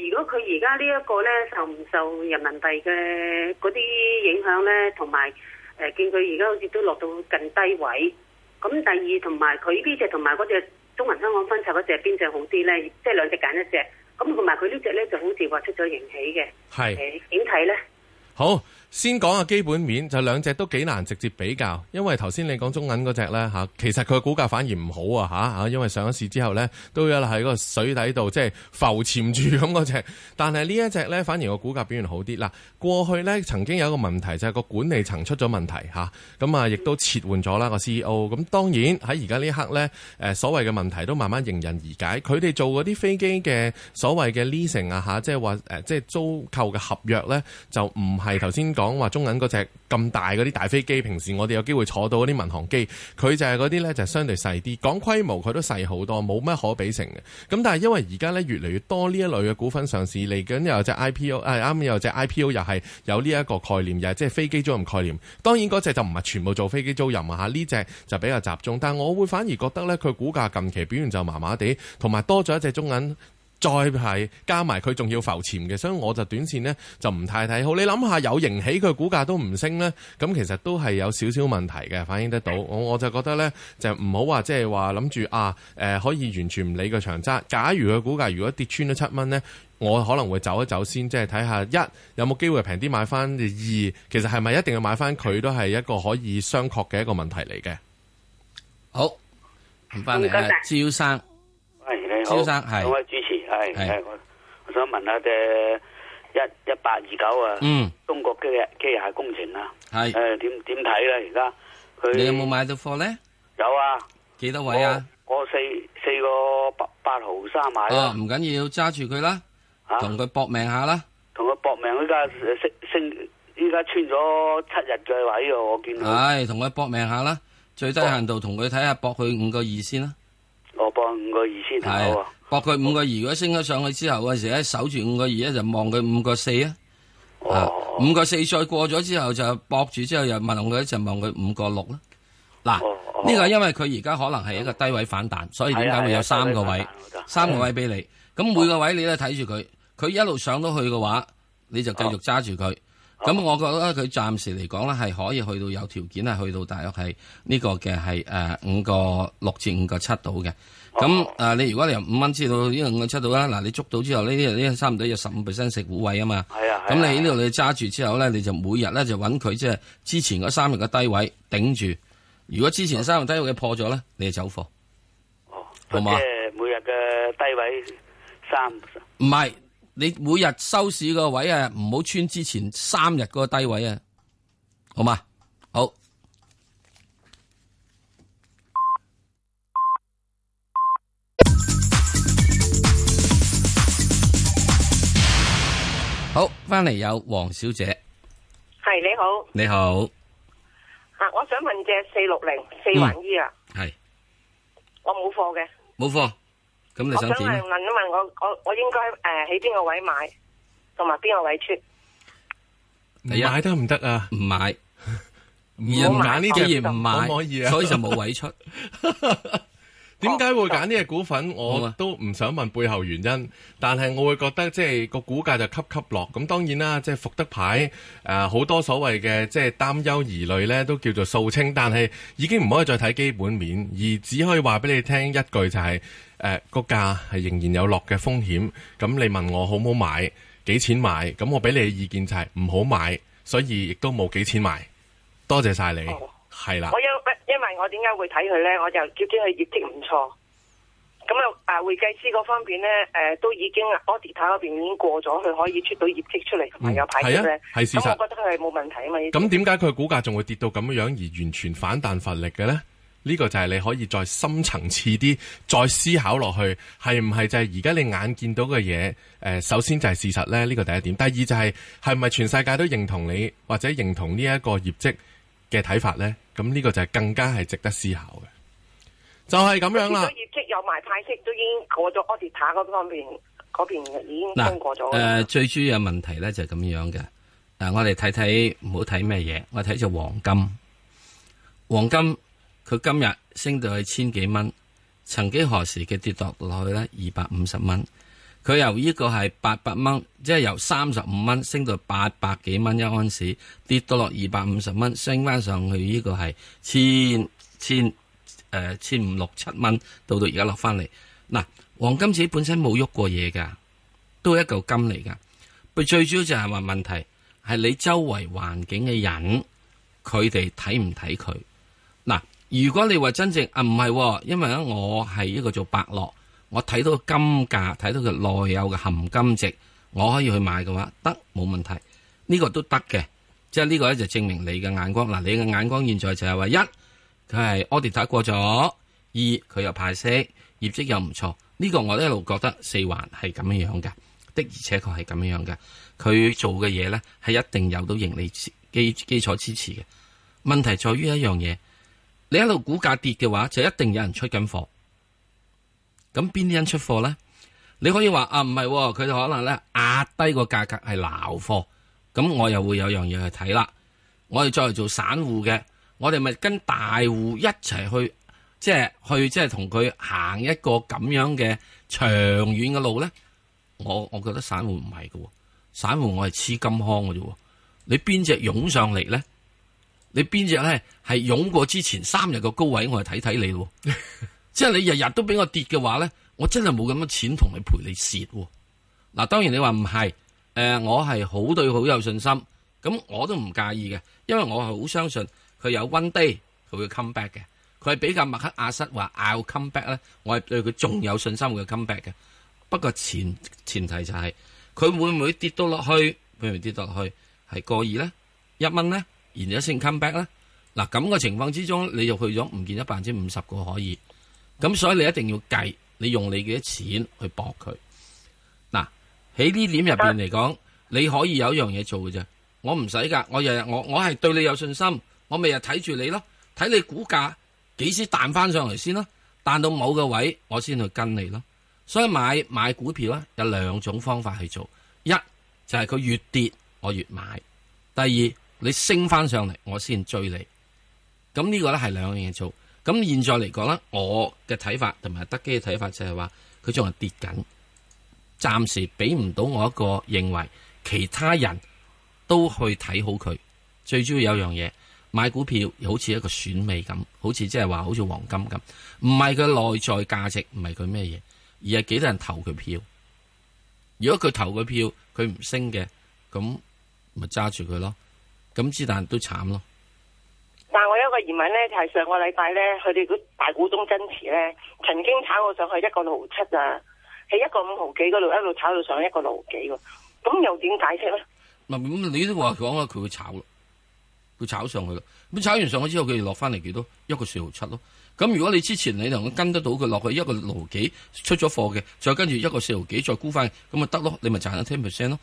J: 如果佢而家呢一個咧受唔受人民幣嘅嗰啲影響咧，同埋誒見佢而家好似都落到近低位，咁第二同埋佢呢只同埋嗰只中銀香港分拆嗰隻邊隻好啲咧？即係兩隻揀一隻，咁同埋佢呢只咧就好似話出咗盈喜嘅，
B: 係
J: 誒點睇咧？
B: 好，先講下基本面，就兩隻都幾難直接比較，因為頭先你講中銀嗰只呢，嚇，其實佢嘅股價反而唔好啊嚇嚇，因為上咗市之後呢，都有喺個水底度即係浮潛住咁嗰只，但係呢一隻呢，反而個股價表現好啲。嗱，過去呢曾經有一個問題就係、個管理層出咗問題嚇，咁啊亦都撤換咗啦個 CEO，咁當然喺而家呢一刻呢，誒、所謂嘅問題都慢慢迎刃而解，佢哋做嗰啲飛機呃嘅所謂嘅 leasing 啊嚇，即係話誒即係租購嘅合約呢，就唔係頭先講。講話中銀嗰隻咁大嗰啲大飛機，平時我哋有機會坐到嗰啲民航機，佢就係嗰啲呢，就相對細啲。講規模佢都細好多，冇乜可比性嘅。咁但係因為而家呢，越嚟越多呢一類嘅股份上市，嚟緊又有隻 IPO，誒呃啱又有隻 IPO 又係有呢一個概念，又係即係飛機租賃概念。當然嗰隻就唔係全部做飛機租賃啊，嚇呢隻就比較集中。但係我會反而覺得呢，佢股價近期表現就麻麻地，同埋多咗一隻中銀。再係加埋佢仲要浮潛嘅，所以我就短線呢就唔太睇好。你諗下有盈起佢股價都唔升呢，咁其實都係有少少問題嘅，反映得到。我我就覺得呢，就唔好話即係話諗住啊誒、呃、可以完全唔理個長揸。假如佢股價如果跌穿咗七蚊呢，我可能會走一走先，即係睇下一有冇機會平啲買翻。二其實係咪一定要買翻佢都係一個可以商榷嘅一個問題嚟嘅。
A: 好，唔翻嚟
K: 唔
A: 啊，
K: 該晒
A: 招生。
K: 係你好，
A: 蕭生係
K: 兩位主持係
A: 係
K: 係我我想問下隻一一八二九啊，
A: 嗯，
K: 中國機械機械工程啊，
A: 係
K: 誒點點睇咧？而家佢
A: 你有冇買到貨咧？
K: 有啊？
A: 幾多位啊？
K: 我四四個八八毫三買啊
A: 哦，
K: 啦，
A: 唔緊要，揸住佢啦，同佢搏命下啦。
K: 同佢搏命，依家升升，依家穿咗七日嘅位喎，我見到。
B: 啊
A: 唉，同佢搏命下啦，最低限度同佢睇下搏佢五個二先啦。
K: 我搏五個二千
A: 係
K: 好啊
A: 啊，搏佢五個二，如果升咗上去之後嗰陣時咧，守住五個二咧就望佢五個四啊。
K: 哦
A: 啊，五個四再過咗之後就搏住之後又問佢就望佢五個六啦。
K: 哦
A: 嗱，呢個因為佢而家可能係一個低位反彈，所以點
K: 啊
A: 解會有三個位，三個位俾你。咁每
K: 哦
A: 個位你都睇住佢，佢一路上到去嘅話，你就繼
K: 哦
A: 續揸住佢。咁我覺得佢暫時嚟講咧，係可以去到有條件係去到大約係呢個嘅係誒五個六至五個七度嘅。咁誒、呃你如果你由五蚊至到呢個五個七度啦，嗱，你捉到之後呢呢呢差唔多有十五 percent 食股位啊嘛。
K: 係啊係啊
A: 咁你呢度你揸住之後咧，你就每日咧就揾佢即係之前嗰三日嘅低位頂住。如果之前三日低位嘅破咗咧，你就走貨。好
K: 哦即
A: 嘛？
K: 係每日嘅低位三
A: 唔係，你每日收市個位啊，唔好穿之前三日嗰個低位啊，好嘛？好。好，翻嚟有黃小姐，
L: 系你好，
A: 你好，
L: 啊，我想问只四六零四
B: 嗯
L: 环医啊，
A: 係
L: 我冇货嘅，
A: 冇貨，咁你
L: 我想
A: 想點
B: 啊
L: 问？问一问我我我应该诶喺边个位买，同埋边个位出？
B: 買得唔得啊？
A: 唔買，
B: [LAUGHS] 唔
A: 唔
B: 揀呢只
A: 既然唔買
B: 可唔可以啊？
A: 所以就冇位出。
B: 點哦解會揀呢只股份？我都唔想問背後原因，但係我會覺得即係個股價就級級落。咁當然啦，即係復得牌誒，好、多所謂嘅即係擔憂疑慮呢，都叫做掃清，但係已經唔可以再睇基本面，而只可以話俾你聽一句就係、誒個價係仍然有落嘅風險。咁你問我好唔好買？幾錢買？咁我俾你嘅意見就係唔好買，所以亦都冇幾錢買。多謝晒你，係
H: 啊
B: 啦、
L: 我因因为我点解会睇佢咧？我就最知佢业绩唔错，咁啊啊会计师嗰方面咧，诶、都已经啊 audit 嗰边已经过咗，佢可以出到业绩出嚟，同埋有排息咧
B: 嗯，係啊係事
L: 咁、
B: 實
L: 我觉得佢系冇问题啊嘛。呢啲
B: 咁點解佢股價仲會跌到咁樣而完全反彈乏力嘅呢？呢、個就係你可以再深層次啲再思考落去，係唔係就係而家你眼見到嘅嘢？誒、首先就係事實呢，呢、個第一點。第二就係係咪全世界都認同你或者認同呢一個業績嘅睇法呢？咁呢個就係更加係值得思考嘅，就係、
A: 啊
B: 咁樣啦
L: 佢。业绩有埋派息，都已经过咗 audit 嗰方面，嗰边已经通過咗
A: 誒、。最主要嘅問題咧就係咁樣嘅。嗱、我哋睇睇唔好睇咩嘢，我睇只黃金。黃金佢今日升到去千幾蚊，曾幾何時嘅跌落落去咧二百五十蚊。佢由呢個係八百蚊，即係由三十五蚊升到八百幾蚊一安士，跌到落二百五十蚊，升翻上去呢個係千千誒、呃千五六七蚊，到到而家落翻嚟。嗱，黃金自己本身冇喐過嘢㗎。都係一嚿金嚟噶。佢最主要就係話問題係你周圍環境嘅人，佢哋睇唔睇佢？嗱，如果你話真正啊唔係喎，因為咧我係一個做伯樂，我睇到金價，睇到佢內有嘅含金值，我可以去買嘅話，得冇問題，呢、個都得嘅。即係呢個咧就證明你嘅眼光。嗱，你嘅眼光現在就係話一，佢係 audit 過咗；二，佢又派息，業績又唔錯。呢、個我一路覺得四環係咁樣樣嘅。的而且確係咁樣樣嘅。佢做嘅嘢咧係一定有到盈利支基基礎支持嘅。問題在於一樣嘢，你一路股價跌嘅話，就一定有人出緊貨。咁邊啲人出貨咧？你可以話啊，唔係喎，佢哋可能咧壓低個價格係撈貨。咁我又會有樣嘢去睇啦。我哋作為做散戶嘅，我哋咪跟大戶一齊去，即係去即係同佢行一個咁樣嘅長遠嘅路咧。我我覺得散戶唔係嘅喎，散戶我係黐金腔嘅啫喎。你邊只湧上嚟咧？你邊只咧係湧過之前三日嘅高位，我係睇睇你咯。即係你日日都俾我跌嘅話咧，我真係冇咁嘅錢同你賠你蝕喎。嗱，當然你話唔係，誒、我係好對佢好有信心，咁我都唔介意嘅，因為我係好相信佢有 one day 佢會 come back 嘅。佢係比較麥克亞瑟話 I'll come back 咧，我係對佢仲有信心會 come back 嘅。不過前前提就係、佢會唔會跌到落去？譬如跌到落去係過二咧，一蚊咧，然之後先 come back 咧。嗱咁嘅情況之中，你就去咗唔見咗百分之五十個可以。咁所以你一定要計，你用你幾多錢去搏佢。嗱，喺呢點入邊嚟講，你可以有一樣嘢做嘅啫。我唔使噶，我日日我我係對你有信心，我咪日睇住你咯，睇你股價幾時彈翻上嚟先咯，彈到某個位我先去跟你咯。所以買買股票咧有兩種方法去做，一就係佢越跌我越買，第二你升翻上嚟我先追你。咁呢個咧係兩樣嘢做。咁現在嚟講咧，我嘅睇法同埋德基嘅睇法就係話，佢仲係跌緊，暫時俾唔到我一個認為其他人都去睇好佢。最主要有樣嘢，買股票好似一個選美咁，好似即係話好似黃金咁，唔係佢內在價值，唔係佢咩嘢，而係幾多人投佢票。如果佢投佢票，佢唔升嘅，咁咪揸住佢咯。咁之但都慘咯。
L: 但我有一個疑問咧，就係、上個禮拜咧，佢哋嗰大股東增持咧，曾經炒我上去一個六毫七啊，喺一個五毫幾嗰度一路炒到上一個六毫幾喎，咁又點解釋咧？
A: 嗱咁你都話講啊啦，佢會炒咯，佢炒上去咯。咁炒完上去之後，佢哋落翻嚟幾多？一個四毫七咯。咁如果你之前你能夠跟得到佢落去一個六毫幾出咗貨嘅，再跟住一個四毫幾再沽翻，咁咪得咯，你咪賺咗 ten percent 咯。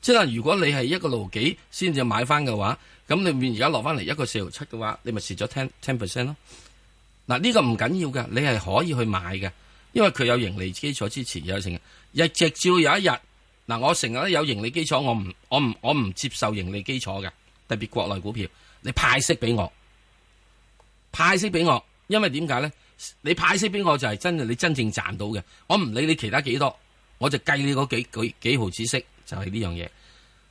A: 即係如果你係一個六毫幾先至買翻嘅話，咁你面而家落翻嚟一個四毫七嘅話，你咪蝕咗 ten ten percent 咯。嗱呢個唔緊要㗎，你係可以去買嘅，因為佢有盈利基礎支持有成，日直至到有一日嗱，我成日都有盈利基礎，我唔我唔我唔接受盈利基礎嘅，特別國內股票，你派息俾我，派息俾我，因為點解咧？你派息俾我就係真係你真正賺到嘅，我唔理你其他幾多，我就計你嗰幾幾幾毫子息，就係呢樣嘢。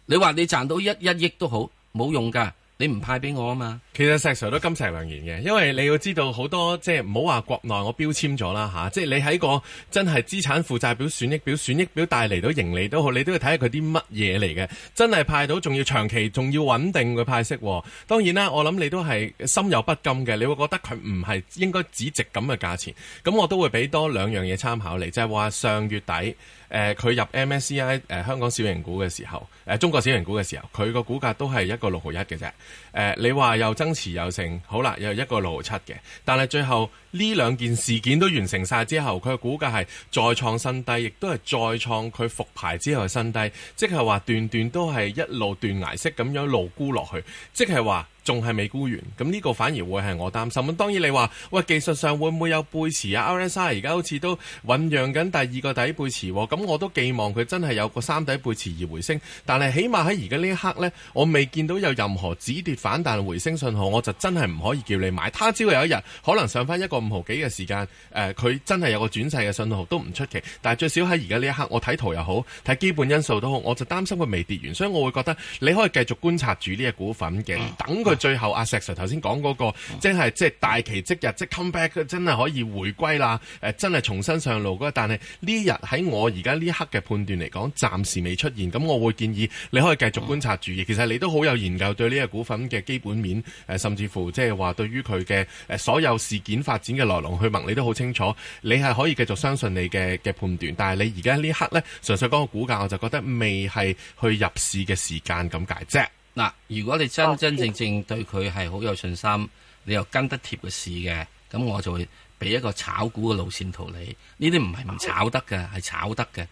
A: 你話你賺到一一億都好，冇用㗎，你唔派俾我啊嘛。
B: 其實石 Sir 都金石良言嘅，因為你要知道好多即係唔好話國內我標籤咗啦吓，即係你喺個真係資產負債表、損益表、損益表帶嚟到盈利都好，你都要睇下佢啲乜嘢嚟嘅，真係派到仲要長期，仲要穩定嘅派息喎。當然啦，我諗你都係心有不甘嘅，你會覺得佢唔係應該只值咁嘅價錢。咁我都會俾多兩樣嘢參考你，就係、話上月底。誒、呃佢入 MSCI 誒、呃香港小型股嘅時候，誒、呃中國小型股嘅時候，佢個股價都係一個六毫一嘅啫。誒、呃你話又增持又成，好啦，又一個六毫七嘅，但係最後呢兩件事件都完成晒之後，佢嘅股價係再創新低，亦都係再創佢復牌之後嘅新低，即係話段段都係一路斷崖式咁樣路沽落去，即係話。仲係未沽完，咁呢個反而會係我擔心。咁當然你話，喂技術上會唔會有背馳啊？RSI 而家好似都醖釀緊第二個底背馳喎，咁我都寄望佢真係有個三底背馳而回升。但係起碼喺而家呢一刻呢，我未見到有任何止跌反彈回升信號，我就真係唔可以叫你買。他朝有一日可能上翻一個五毫幾嘅時間，誒、呃佢真係有個轉勢嘅信號都唔出奇。但係最少喺而家呢一刻，我睇圖又好，睇基本因素都好，我就擔心佢未跌完，所以我會覺得你可以繼續觀察住呢隻股份嘅，等佢最後阿石 Sir 頭先講嗰個，真係即係大旗即日即 come back，真係可以回歸啦，誒、真係重新上路嗰個。但係呢日喺我而家呢一刻嘅判斷嚟講，暫時未出現。咁我會建議你可以繼續觀察住。其實你都好有研究對呢個股份嘅基本面，誒、呃甚至乎即係話對於佢嘅誒所有事件發展嘅來龍去脈，你都好清楚。你係可以繼續相信你嘅嘅判斷，但係你而家呢一刻呢，純粹講個股價，我就覺得未係去入市嘅時間咁解啫。
A: 嗱，如果你真真正正對佢係好有信心，你又跟得貼個市嘅，咁我就會俾一個炒股嘅路線圖你。呢啲唔係唔炒得嘅，係炒得嘅。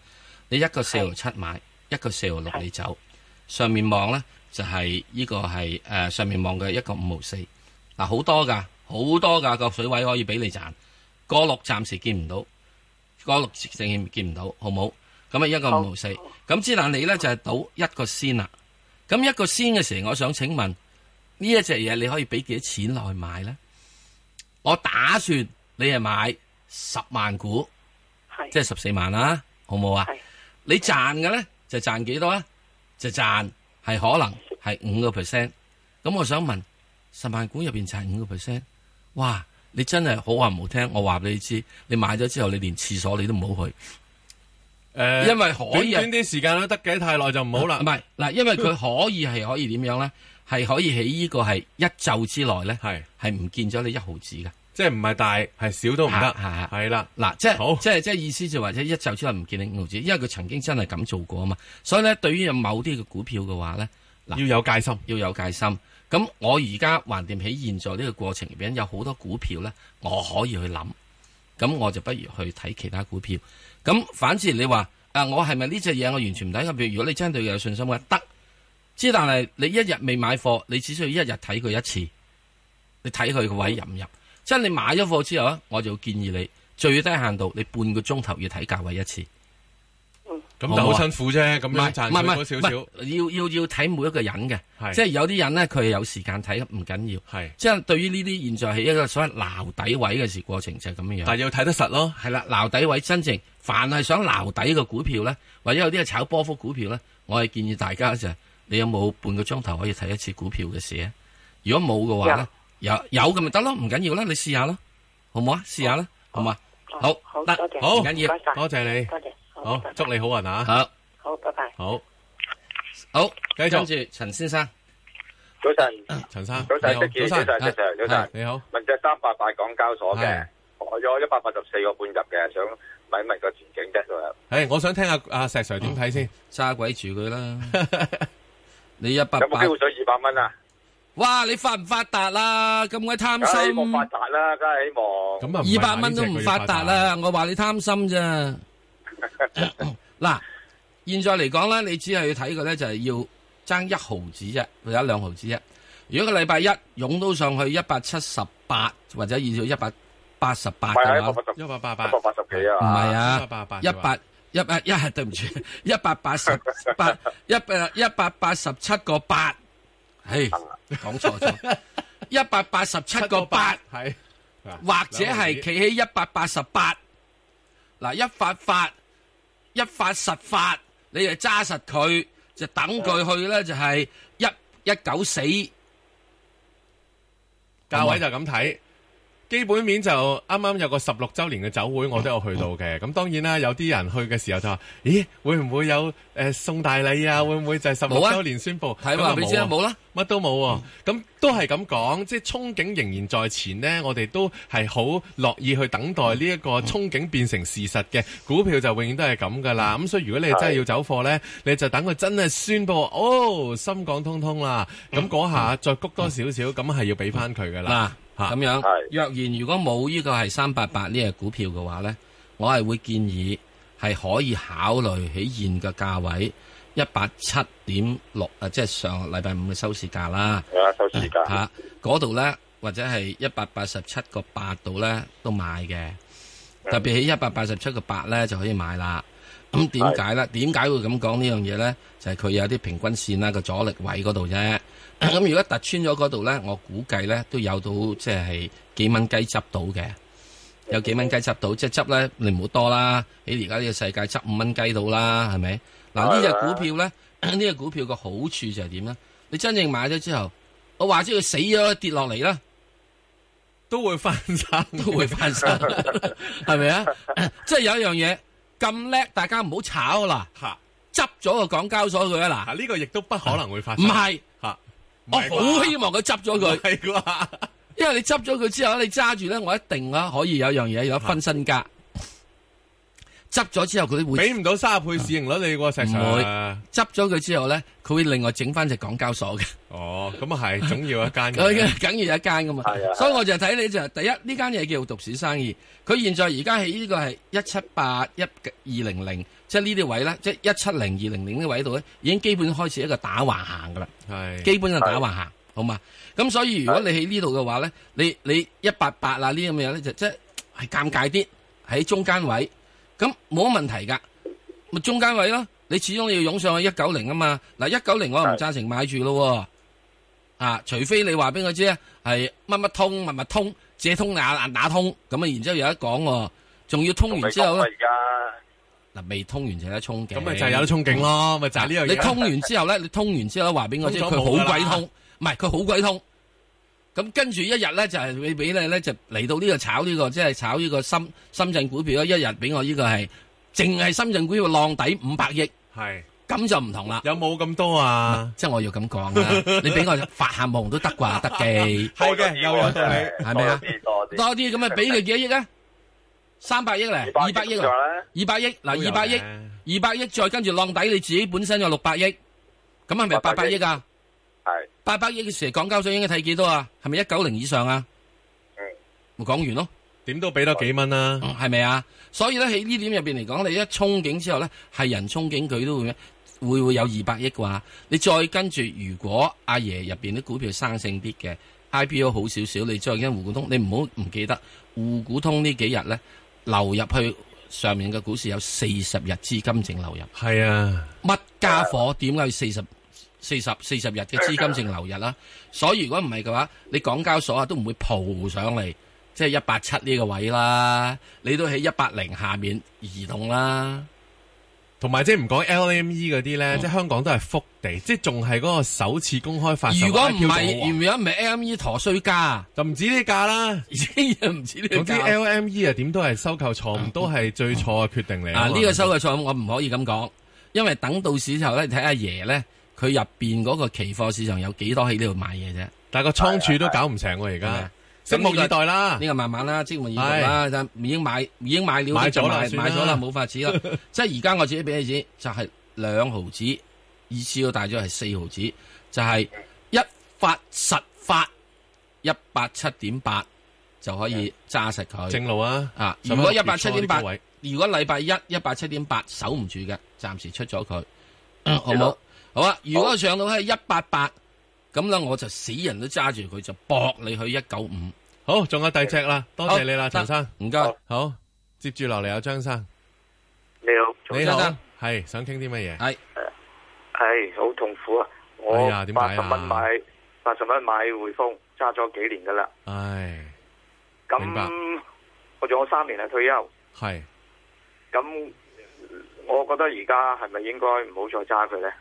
A: 你一個四毫七買，一個四毫六你走。上面望咧就係、呢個係誒、呃上面望嘅一個五毫四。嗱好多㗎，好多㗎個水位可以俾你賺。個六暫時見唔到，個六淨係見唔到，好唔好？咁啊一個五毫四。咁之但你咧就係、賭一個先啦。咁一個先嘅時候，我想請問呢一隻嘢你可以俾幾多錢落去買咧？我打算你係買十萬股，即係十四萬啦，好冇啊？你賺嘅咧就賺幾多咧？啊就賺係可能係五個 percent。咁我想問，十萬股入邊賺五個 percent，哇！你真係好話唔好聽，我話俾你知，你買咗之後，你連廁所你都唔好去。
B: 诶
A: 因為可以啊
B: 短短啲時間都得嘅，太耐就唔好啦。
A: 唔係嗱，因為佢可以係可以點樣咧？係可以喺呢個係一晝之內咧，係係唔見咗你一毫子嘅，
B: 即係唔係大係少都唔得，
A: 係啦。嗱，即係即係即係意思就話即係一晝之內唔見你五毫子，因為佢曾經真係咁做過啊嘛。所以咧，對於有某啲嘅股票嘅話咧，嗱
B: 要有戒心，
A: 要有戒心。咁我而家橫掂喺現在呢個過程入邊，有好多股票咧，我可以去諗。咁我就不如去睇其他股票。咁反之你話啊，我係咪呢只嘢我完全唔睇？咁譬如如果你真係對佢有信心嘅，得。之但係你一日未買貨，你只需要一日睇佢一次，你睇佢個位入唔入？即係你買咗貨之後咧，我就建議你最低限度你半個鐘頭要睇價位一次。
B: 咁就好辛苦啫。咁
A: 唔係
B: 樣賺
A: 唔係唔係
B: 少少少
A: 唔。係要要要睇每一個人嘅，
B: 係
A: 即係有啲人咧佢係有時間睇唔緊要，係即係對於呢啲現在係一個所謂撈底位嘅事過程就係咁樣樣。
B: 但係要睇得實咯，
A: 係啦，撈底位真正凡係想撈底嘅股票咧，或者有啲係炒波幅股票咧，我係建議大家就係你有冇半個鐘頭可以睇一次股票嘅事啊？如果冇嘅話
B: 啊
A: 咧，有有咁咪得咯，唔緊要啦，你試下啦，好唔好啊？試下啦，好嘛？好，
L: 哦
A: 得，
B: 好
A: 唔緊要，
B: 多謝你，
A: 多謝，
B: 好，祝你好運啊！
A: 好，
L: 好，拜拜。
B: 好，
A: 好，
B: 繼
A: 跟
B: 續
A: 住陳先生。
E: 早晨，
B: 陳生
E: 早晨，
A: 你好
E: 早晨，
A: 早
E: 早
A: 晨
E: 晨，
A: 係
E: 早晨，
B: 你好。
E: 問只三八八港交所嘅
B: 係，
E: 我咗一百八十四個半入嘅，想問一問個前景啫，佢話
B: 诶，我想聽下阿石 Sir 點睇先，
A: 揸鬼住佢
E: [LAUGHS]
A: 啦。你一百
E: 有冇
A: 八
E: 機，會上二百蚊啊？
A: 哇！你發唔發達啦？咁鬼貪
M: 啊
E: 梗係希望
A: 心，
E: 發達啦，梗係希望。
A: 二百蚊都唔發達啦！我話你貪心咋？
E: [LAUGHS]
A: 嗱，現在嚟講咧，你只係要睇佢咧，就係要爭一毫子啫，或者兩毫子啫。如果個禮拜一湧到上去一百七十八或者至少一百八十八嘅話，
B: 一百八
E: 一百八十幾啊？
A: 唔係
B: 一百
A: 啊
B: 八八，
A: 一百一百一係對唔住， [LAUGHS] 一百八十八一百一百八十七個八，唉，講錯咗，
B: [LAUGHS]
A: 一百八十七個八，
B: 係
A: 或者係企喺一百八十八，嗱一發發一發實發，你就揸實佢，就等佢
B: 啊
A: 去咧，就係一一九四
B: 價位就咁睇。基本面就啱啱有個十六週年嘅酒會，我都有去到嘅。咁當然啦，有啲人去嘅時候就話：咦，會唔會有誒、呃送大禮啊？會唔會就係十六
A: 冇啊
B: 週年宣佈？
A: 睇
B: 咁
A: 話
B: 就
A: 俾你知啦
B: 啊
A: 冇啦，
B: 乜都冇喎、咁都係咁講，即係憧憬仍然在前呢，我哋都係好樂意去等待呢一個憧憬變成事實嘅股票就永遠都係咁噶啦。咁所以如果你真係要走貨呢，你就等佢真係宣佈哦，深港通通啦。咁嗰下再谷多少少，咁係要俾翻佢噶
A: 嗱
B: 啦。
A: 咁樣。若然如果冇呢個係三八八呢只股票嘅話咧，我係會建議係可以考慮喺現嘅價位一八七點六啊，即係上禮拜五嘅收市價啦。
E: 係啊，收市價。
A: 嚇嗰度咧，或者係一百八十七個八度咧都買嘅，特別喺一百八十七個八咧就可以買啦。咁點解咧？點解會咁講呢樣嘢咧？就係、佢有啲平均線啦，個阻力位嗰度啫。
E: 嗯
A: 咁如果突穿咗嗰度咧，我估計咧都有到即係幾蚊雞執到嘅，有幾蚊雞執到，即係執咧你唔好多啦。喺而家呢個世界執五蚊雞到啦，係咪？嗱呢
E: 係啊
A: 只股票咧，呢 [CLEARS THROAT] 只股票個好處就係點咧？你真正買咗之後，我話知佢死咗跌落嚟啦，
B: 都會翻生，
A: 都
B: [LAUGHS]
A: 會翻生，
E: [LAUGHS]
A: 係咪啊？ [COUGHS] 即係有一樣嘢咁叻，大家唔好炒啦，
B: 嚇
A: 執咗個港交所佢啊嗱，
B: 呢個亦都不可能會發生。
A: 唔係。
B: 嚇，唔
A: 我
B: 係啩
A: 好希望佢執咗佢，
B: 係
A: [LAUGHS]
B: 啩？
A: 因為你執咗佢之後，你揸住咧，我一定啊可以有樣嘢有得分身家。執咗之後佢會
B: 俾唔到三十倍市盈率你喎，石
A: 唔
B: Sir。
A: 會執咗佢之後咧，佢會另外整翻隻港交所嘅。
B: 哦，咁啊係，總要一
A: [LAUGHS]
B: 間
A: 佢
B: 嘅。
A: 嘅梗要有一間噶嘛
B: 係啊，
A: 所以我就睇你就係第一呢間嘢叫獨市生意，佢現在而家喺呢個係一七八一二零零，即係呢啲位咧，即係一七零二零零呢位度咧，已經基本開始一個打橫行噶啦，
B: 係
A: 基本上打橫行，好嘛？咁所以如果你喺呢度嘅話咧，你你一八八啊呢啲咁嘅嘢咧，就即係係尷尬啲喺中間位，咁冇乜問題㗎。咪中間位咯。你始終要湧上去一九零啊嘛。嗱，一九零我唔贊成買住咯喎。啊，除非你話俾我知啊，係乜乜通、乜乜通、借通那那通咁啊，然之後有得講喎，仲要通完之後咧，嗱未通完就有得憧憬，
B: 咁咪就係有得憧憬咯咪就係呢樣嘢
A: 你通完之後咧，你通完之後話俾我知，
B: 通
A: 佢
B: 咗冇㗎啦
A: 好鬼通，唔係佢好鬼通。咁跟住一日咧就係你俾你咧就嚟到呢個炒呢、個，即係炒呢個深深圳股票一日俾我呢個係淨係深圳股票浪底五百
B: [LAUGHS]
A: 億，
B: 係
A: 咁就唔同啦。
B: 有冇
A: [LAUGHS]
B: 咁多啊？
A: 即係我要咁講啦，你俾我發下夢都得啩，
B: [LAUGHS]
A: 得嘅。
B: 係嘅，有有道理。
A: 係咪啊？多啲咁啊，俾佢幾多億啊？三百億咧，二百億啊啦，二百億嗱，二百億，二百億再跟住浪底，你自己本身有六百億，咁係咪八百億啊？
E: 係
A: 八百億嘅時，港交所應該睇幾多啊？係咪一九零以上啊？咪講完咯，
B: 點都俾多幾蚊啦，
A: 係咪啊？所以咧喺呢點入邊嚟講，你一憧憬之後咧，係人憧憬佢都會咩？會會有二百億啩？你再跟住，如果阿爺入邊啲股票生性啲嘅 IPO 好少少，你再跟滬股通，你唔好唔記得滬股通呢幾日咧流入去上面嘅股市有四十日資金淨流入。
B: 係啊，
A: 乜家伙點解要四十四十四十日嘅資金淨流入啦？所以如果唔係嘅話，你港交所啊都唔會蒲上嚟，即係一八七呢個位啦，你都喺一八零下面移動啦。
B: 同埋即係唔講 LME E 嗰啲咧，即係香港都係福地，即係仲係嗰個首次公開發售
A: 如果唔係，
B: IPO 嘅喎
A: 如果唔係 LME 陀衰家， [LAUGHS]
B: 就唔止呢價啦，
A: 已經唔止呢個
B: 總之
A: 價。 [LAUGHS]
B: LME 啊，點都係收購錯誤，都係最錯嘅決定嚟
A: 啊！
B: 嘛
A: 呢個收購錯誤我唔可以咁講，因為等到市之後咧，睇阿爺咧，佢入邊嗰個期貨市場有幾多喺呢度買嘢啫。
B: 但係個倉儲都搞唔成喎，而
A: 係啊
B: 家拭目以待啦。
A: 呢個慢慢啦，拭目以待啦，但已經買已經買了，
B: 買咗啦
A: 買
B: 算啦
A: 買咗啦，冇法子啦。 [LAUGHS] 即係而家我自己俾你知，就係兩毫子，二次到大咗係四毫子，就係一發實發一八七點八就可以揸實佢。
B: 嗯正路啊！
A: 啊！如果一
B: 上
A: 百
B: 翻
A: 七點
B: 跌咗呢
A: 八
B: 個位，
A: 如果禮拜一一百七點八守唔住嘅，暫時出咗佢，
B: 嗯
A: 好冇？好啊！如果上到係一八八，咁啦，我就死人都揸住佢，就搏你去一九五。
B: 好，仲有第二隻啦，多謝你啦，陳生，
A: 唔該。
B: 好，接住落嚟有張生，
M: 你好，
B: 你
M: 早
B: 好
M: 晨，
B: 係想傾啲乜嘢？
A: 係
M: 系好痛苦啊！
B: 哎
M: 我
B: 呀點解
M: 八
B: 啊
M: 十蚊買八十蚊買匯豐，揸咗幾年噶啦。
B: 唉，
M: 咁
B: 明白
M: 我仲有三年係退休，
B: 係
M: 咁我覺得而家係咪應該唔好再揸佢咧？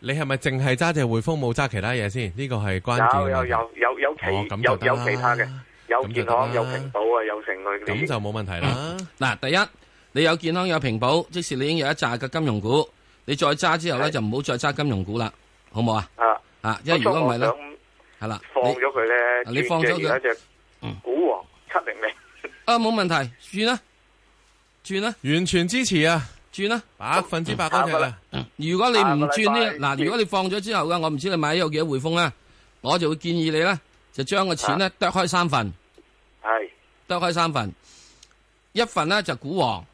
B: 你係咪淨係揸隻匯豐冇揸其他嘢先？呢個係關鍵
M: 有
B: 嘅
M: 有
B: 問題。
M: 有有有其
B: 哦咁就
M: 有
B: 得
M: 有
B: 啦
M: 其他嘅，有
B: 咁就
M: 健
B: 得啦
M: 康有平保啊，有成嗰啲
B: 咁就冇問題啦。
A: 嗱，第一你有健康有平保，即使你已經有一紮嘅金融股，你再揸之後咧就唔好再揸金融股啦，好冇啊？
M: 啊
A: 啊，因為如果唔係
M: 我
A: 咧
M: 想，
A: 係啦，
M: 放咗佢咧，
A: 你放咗佢
M: 一隻股王七零零。
A: 啊冇問題，轉啦，轉啦，
B: 完全支持啊，
A: 轉啦，
B: 百分之百嗰隻啦。
A: 如果你唔轉
B: 下個
A: 呢，
B: 禮拜
A: 嗱，如果你放咗之後嘅，我唔知你買咗有幾多匯豐啦，我就會建議你咧，就將個錢咧
B: 啊
A: 剁開三份，
M: 係
A: 剁開三份，一份呢就股王，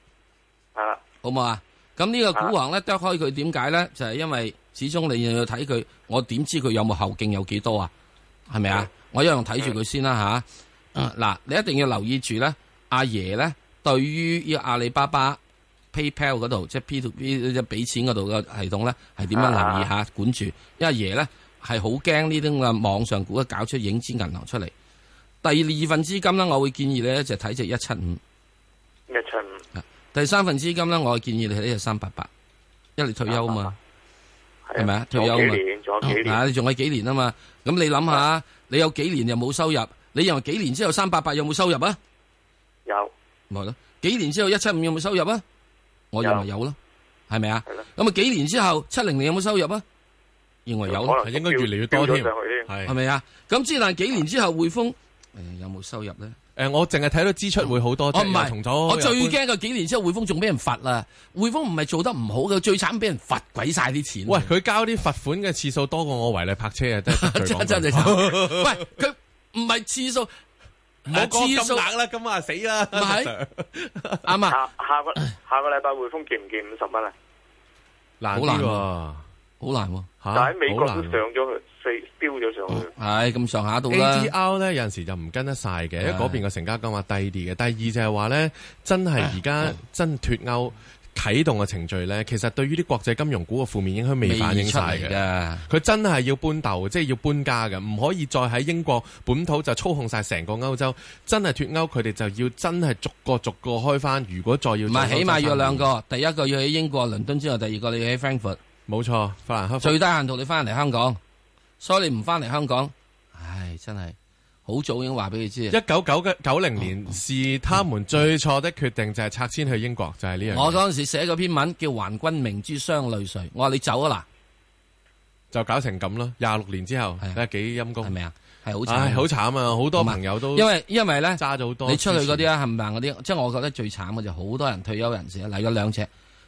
M: 啊，
A: 好唔好啊？咁呢個股王咧剁開佢點解咧？就係因為始終你要睇佢，我點知佢有冇後勁有幾多啊？係咪啊？我一樣睇住佢先啦吓。嗯嗱，你一定要留意住咧，阿爺咧對於呢個阿里巴巴 PayPal 嗰度，即係 P to P 即係俾錢嗰度嘅系統咧，係點樣留意下管住？因為阿爺咧係好驚呢啲咁嘅網上股搞出影子銀行出嚟。第二份資金咧，我會建議你咧就睇只一七五。
M: 一七五
A: 第三份資金咧，我建議你睇呢三八八，因為你退休啊嘛，係咪啊？退休啊
M: 仲有幾年仲有幾
A: 嘛，
M: 年
A: 啊你仲有幾年啊嘛？咁你諗下，你有幾年又冇收入？你認為幾年之後三八八有冇收入啊？
M: 有
A: 咪係咯，幾年之後一七五有冇收入啊？我認為有咯，係咪啊？咁啊幾年之後七零年有冇收入啊？認為有咯，
B: 可能應該越嚟越多飆咗添上去添
A: 係咪啊？咁之但幾年之後匯豐誒有冇收入咧？
B: 誒，我淨係睇到支出會好多，
A: 我
B: 即
A: 哦唔
B: 係又同
A: 係，
B: 咗
A: 我最
B: 有關
A: 驚佢幾年之後匯豐仲俾人罰啦。匯豐唔係做得唔好嘅，最慘俾人罰鬼晒啲錢。啊
B: 喂，佢交啲罰款嘅次數多過我違例泊車啊，
A: [LAUGHS]
B: 真係
A: 真真係慘。喂，佢唔係次數，唔
B: 唔好講
A: 哎次
B: 金
A: 數
B: 額啦，金額死啦，
A: 唔係啱啊！
M: 下下個下個禮拜匯豐見唔見五十蚊啊？
B: 難
A: 好
B: 啲
A: 難喎
B: 喎。
A: 好難喎。
B: 嚇
M: 但喺美國都
B: 啊好難
M: 上
B: 喎
M: 咗去，四飆咗上去。
A: 係咁上下到啦。
B: ADR 咧有陣時就唔跟得晒嘅，因為
A: 係
B: 嗰邊個成交金額低啲嘅。第二就係話咧，真係而家真脱歐啟動嘅程序咧，其實對於啲國際金融股嘅負面影響未反映晒
A: 未出嚟
B: 嘅
A: 㗎。
B: 佢真係要搬竇，即係要搬家嘅，唔可以再喺英國本土就操控晒成個歐洲。真係脱歐，佢哋就要真係逐個逐個開翻。如果再要
A: 唔
B: 唔
A: 係，起碼要有兩個，第一個要喺英國倫敦之後，第二個你要喺 Frankfurt。
B: 冇錯，法蘭克福
A: 最低限度你翻嚟香港，所以你唔翻嚟香港，唉，真係好早已經話俾你知。
B: 一九九嘅九零年是他們最錯的決定，就係拆遷去英國，就係呢樣嘢。
A: 我嗰陣時寫嗰篇文叫《還君明珠雙淚垂》，我話你走啊
B: 就搞成咁咯。廿六年之後，睇下幾陰公，係
A: 咪啊？係好慘
B: 唉，好慘啊！好多朋友
A: 嗱，
B: 都
A: 因為因為咧
B: 揸咗好多
A: 你出去嗰
B: 之
A: 啲啊，冚唪唥嗰啲，即係我覺得最慘嘅就好多人退休人士啊嚟咗兩隻，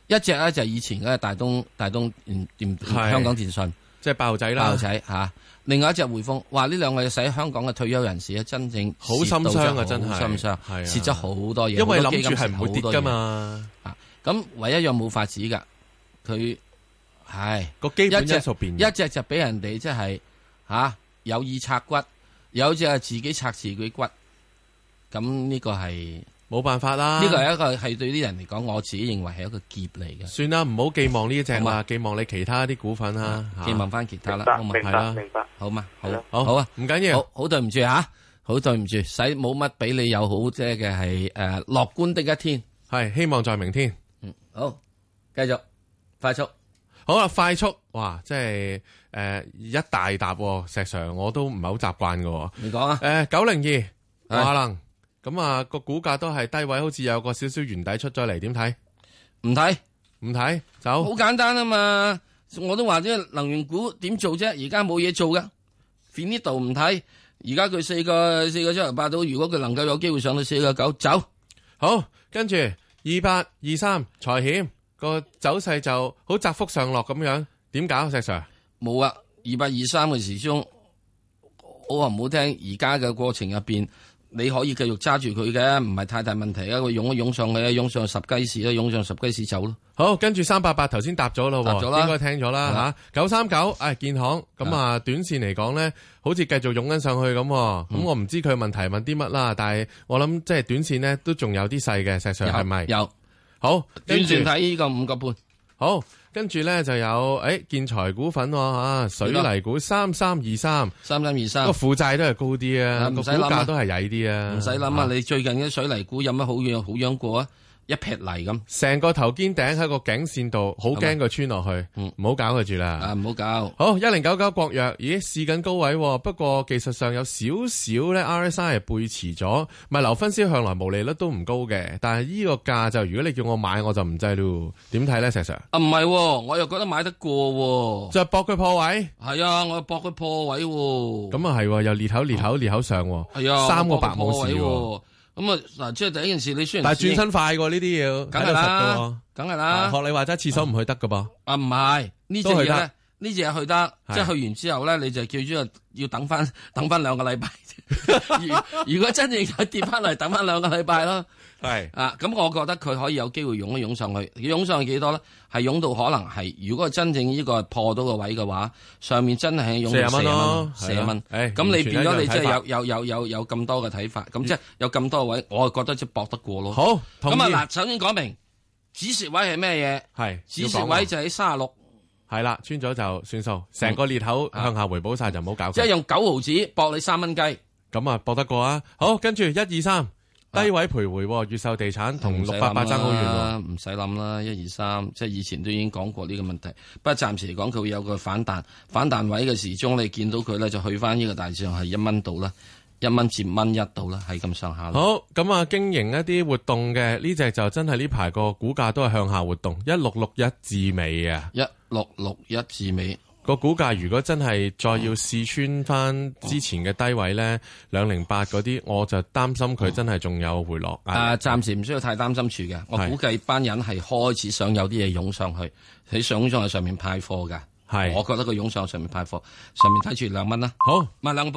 A: 一隻咧就係以前嗰個大東大東電電
B: 係
A: 香港電信，
B: 即係爆仔啦
A: 爆仔嚇、另外一隻匯豐，哇！呢兩個使香港嘅退休人士咧，真正
B: 好
A: 蝕
B: 心
A: 到
B: 傷啊
A: 好
B: 真係
A: 心傷，
B: 係啊
A: 蝕咗好多嘢，
B: 因為
A: 好多基
B: 諗住
A: 金
B: 係唔會
A: 蝕
B: 跌
A: 好多
B: 㗎
A: 嘢
B: 嘛。
A: 啊，咁唯一一樣冇法子㗎，佢係
B: 個基本
A: 一隻
B: 因素變咗
A: 一隻就俾人哋即係嚇有意拆骨，有隻係自己拆自己骨，咁呢個係
B: 冇辦法啦。
A: 呢個係一個係對啲人嚟講，我自己認為係一個劫嚟嘅。
B: 算啦，唔好寄望呢一隻
A: 好
B: 啦，
A: 嘛
B: 寄望你其他啲股份啦。嚇
A: 寄望返其他啦明白好嘛明白明白好嘛好
B: 係啦
A: 啊好啊，
B: 唔緊要
A: 好，好對唔住吓，好對唔住，使冇乜俾你有好即係嘅係誒樂觀的一天，
B: 係希望在明天。
A: 嗯，好，繼續快速。
B: 好啦，快速哇，即係誒、呃一大沓喎，石 Sir 我都唔係好習慣
A: [LAUGHS]
B: 嘅喎。
A: 你講啊？
B: 誒九零二
A: 係
B: 華能咁啊，個股價都係低位，好似有個少少圓底出咗嚟，點睇？
A: 唔睇，
B: 唔睇，走。
A: 呃好簡單啊嘛！我都話啫，能源股點做啫？而家冇嘢做噶 f i n i 度唔睇，而家佢四個四個七頭八到，如果佢能夠有機會上到四個九，走。
B: 好，跟住二八二三財險個走勢就好窄幅上落咁樣，點搞石 Sir？
A: 冇啊，二百二三嘅時鐘，我話唔好聽，而家嘅過程入邊，你可以繼續揸住佢嘅，唔係太大問題啊！佢湧一湧上去啊，湧上十雞市啦，湧上十雞市走咯。
B: 好，跟住三八八頭先答咗咯
A: 答
B: 喎，
A: 咗啦啊
B: 應該聽咗啦嚇。九三九，誒建行咁啊，短線嚟講咧，好似繼續湧緊上去咁
A: 嗯
B: 喎。咁我唔知佢問題問啲乜啦，但係我諗即係短線咧都仲有啲細嘅，石 Sir
A: 有
B: 係咪？
A: 有
B: 好，
A: 短
B: 跟住
A: 線睇呢個五個半，
B: 好，跟住咧就有誒建材股份喎啊水泥股三三二三，
A: 三三二三
B: 個負債都係高啲啊，個
A: 唔
B: 股
A: 啊使諗啊
B: 價都係曳啲啊，
A: 唔使諗啊！你最近嘅水泥股有乜好樣好樣過啊？一撇泥咁。
B: 成個頭肩頂喺個頸線度，好驚佢穿落去，
A: 嗯
B: 唔好搞佢住啦。啊，
A: 唔好搞。
B: 好，一零九九國藥，咦，試緊高位喎，不過技術上有少少咧，RSI 係背馳咗，咪留分銷向來毛利率都唔高嘅，但係呢個價就如果你叫我買，我就唔制咯。點睇咧，石 Sir？
A: 啊，唔係喎，我又覺得買得過喎。
B: 就搏佢破位。
A: 係啊，我又搏佢破位喎。
B: 咁啊係喎，又裂口裂口裂口上喎，
A: 係啊，
B: 三個
A: 哦我
B: 白
A: 搏佢
B: 武
A: 破
B: 士
A: 位
B: 喎，
A: 喎。咁啊，嗱，即係第一件事，你雖然
B: 但係轉身快喎，呢啲要
A: 梗係
B: 睇到實㗎喎啊
A: 啦，啊梗係啦。
B: 學你話齋，廁所唔去得噶噃。
A: 啊，唔係呢隻
B: 都
A: 嘢
B: 去得
A: 咧，呢隻嘢去得，
B: 係
A: 即係去完之後咧，你就叫咗要等翻等翻兩個禮拜。 [LAUGHS] 如如果真正佢跌翻嚟，等翻兩個禮拜咯。
B: 係
A: 啊，咁我覺得佢可以有機會湧一湧上去，湧上去幾多咧？係湧到可能係，如果真正呢個破到個位嘅話，上面真係湧到
B: 40蚊
A: 四
B: 咯
A: 蚊，四十蚊。
B: 係啦
A: 咁
B: 誒
A: 你變咗
B: 完全一樣
A: 你即係
B: 睇法嗯
A: 有有有有有咁多嘅睇法，咁即係有咁多位，我係覺得即係搏得過咯。
B: 好同
A: 咁
B: 意
A: 啊嗱，首先講明止蝕位係咩嘢？
B: 係
A: 止蝕位就喺三十六。
B: 系啦，穿咗就算數，成個裂口向下回補晒就唔好搞佢。
A: 即係用九毫子搏你三蚊雞。
B: 咁啊，搏得過啊！好，跟住一二三低位徘徊喎，越秀地產同六八八爭好遠喎。
A: 唔使諗啦，一二三，即係以前都已經講過呢個問題。不過暫時嚟講，佢會有個反彈，反彈位嘅時鐘，你見到佢咧就去翻呢個大致上係一蚊度啦，一蚊至蚊一度啦，係咁上下啦。
B: 好咁啊，經營一啲活動嘅呢只就真係呢排個股價都係向下活動，一六六一至尾啊，
A: 一六六一至尾，
B: 個股價如果真係再要試穿翻之前嘅低位咧，兩零八嗰啲，我就擔心佢真係仲有回落。
A: 啊，暫時唔需要太擔心住嘅，我估計班人係開始想有啲嘢湧上去，喺上上去上面派貨㗎。係，我覺得佢湧上去上面派貨，上面睇住兩蚊啦。啊
B: 好，
A: 咪兩個半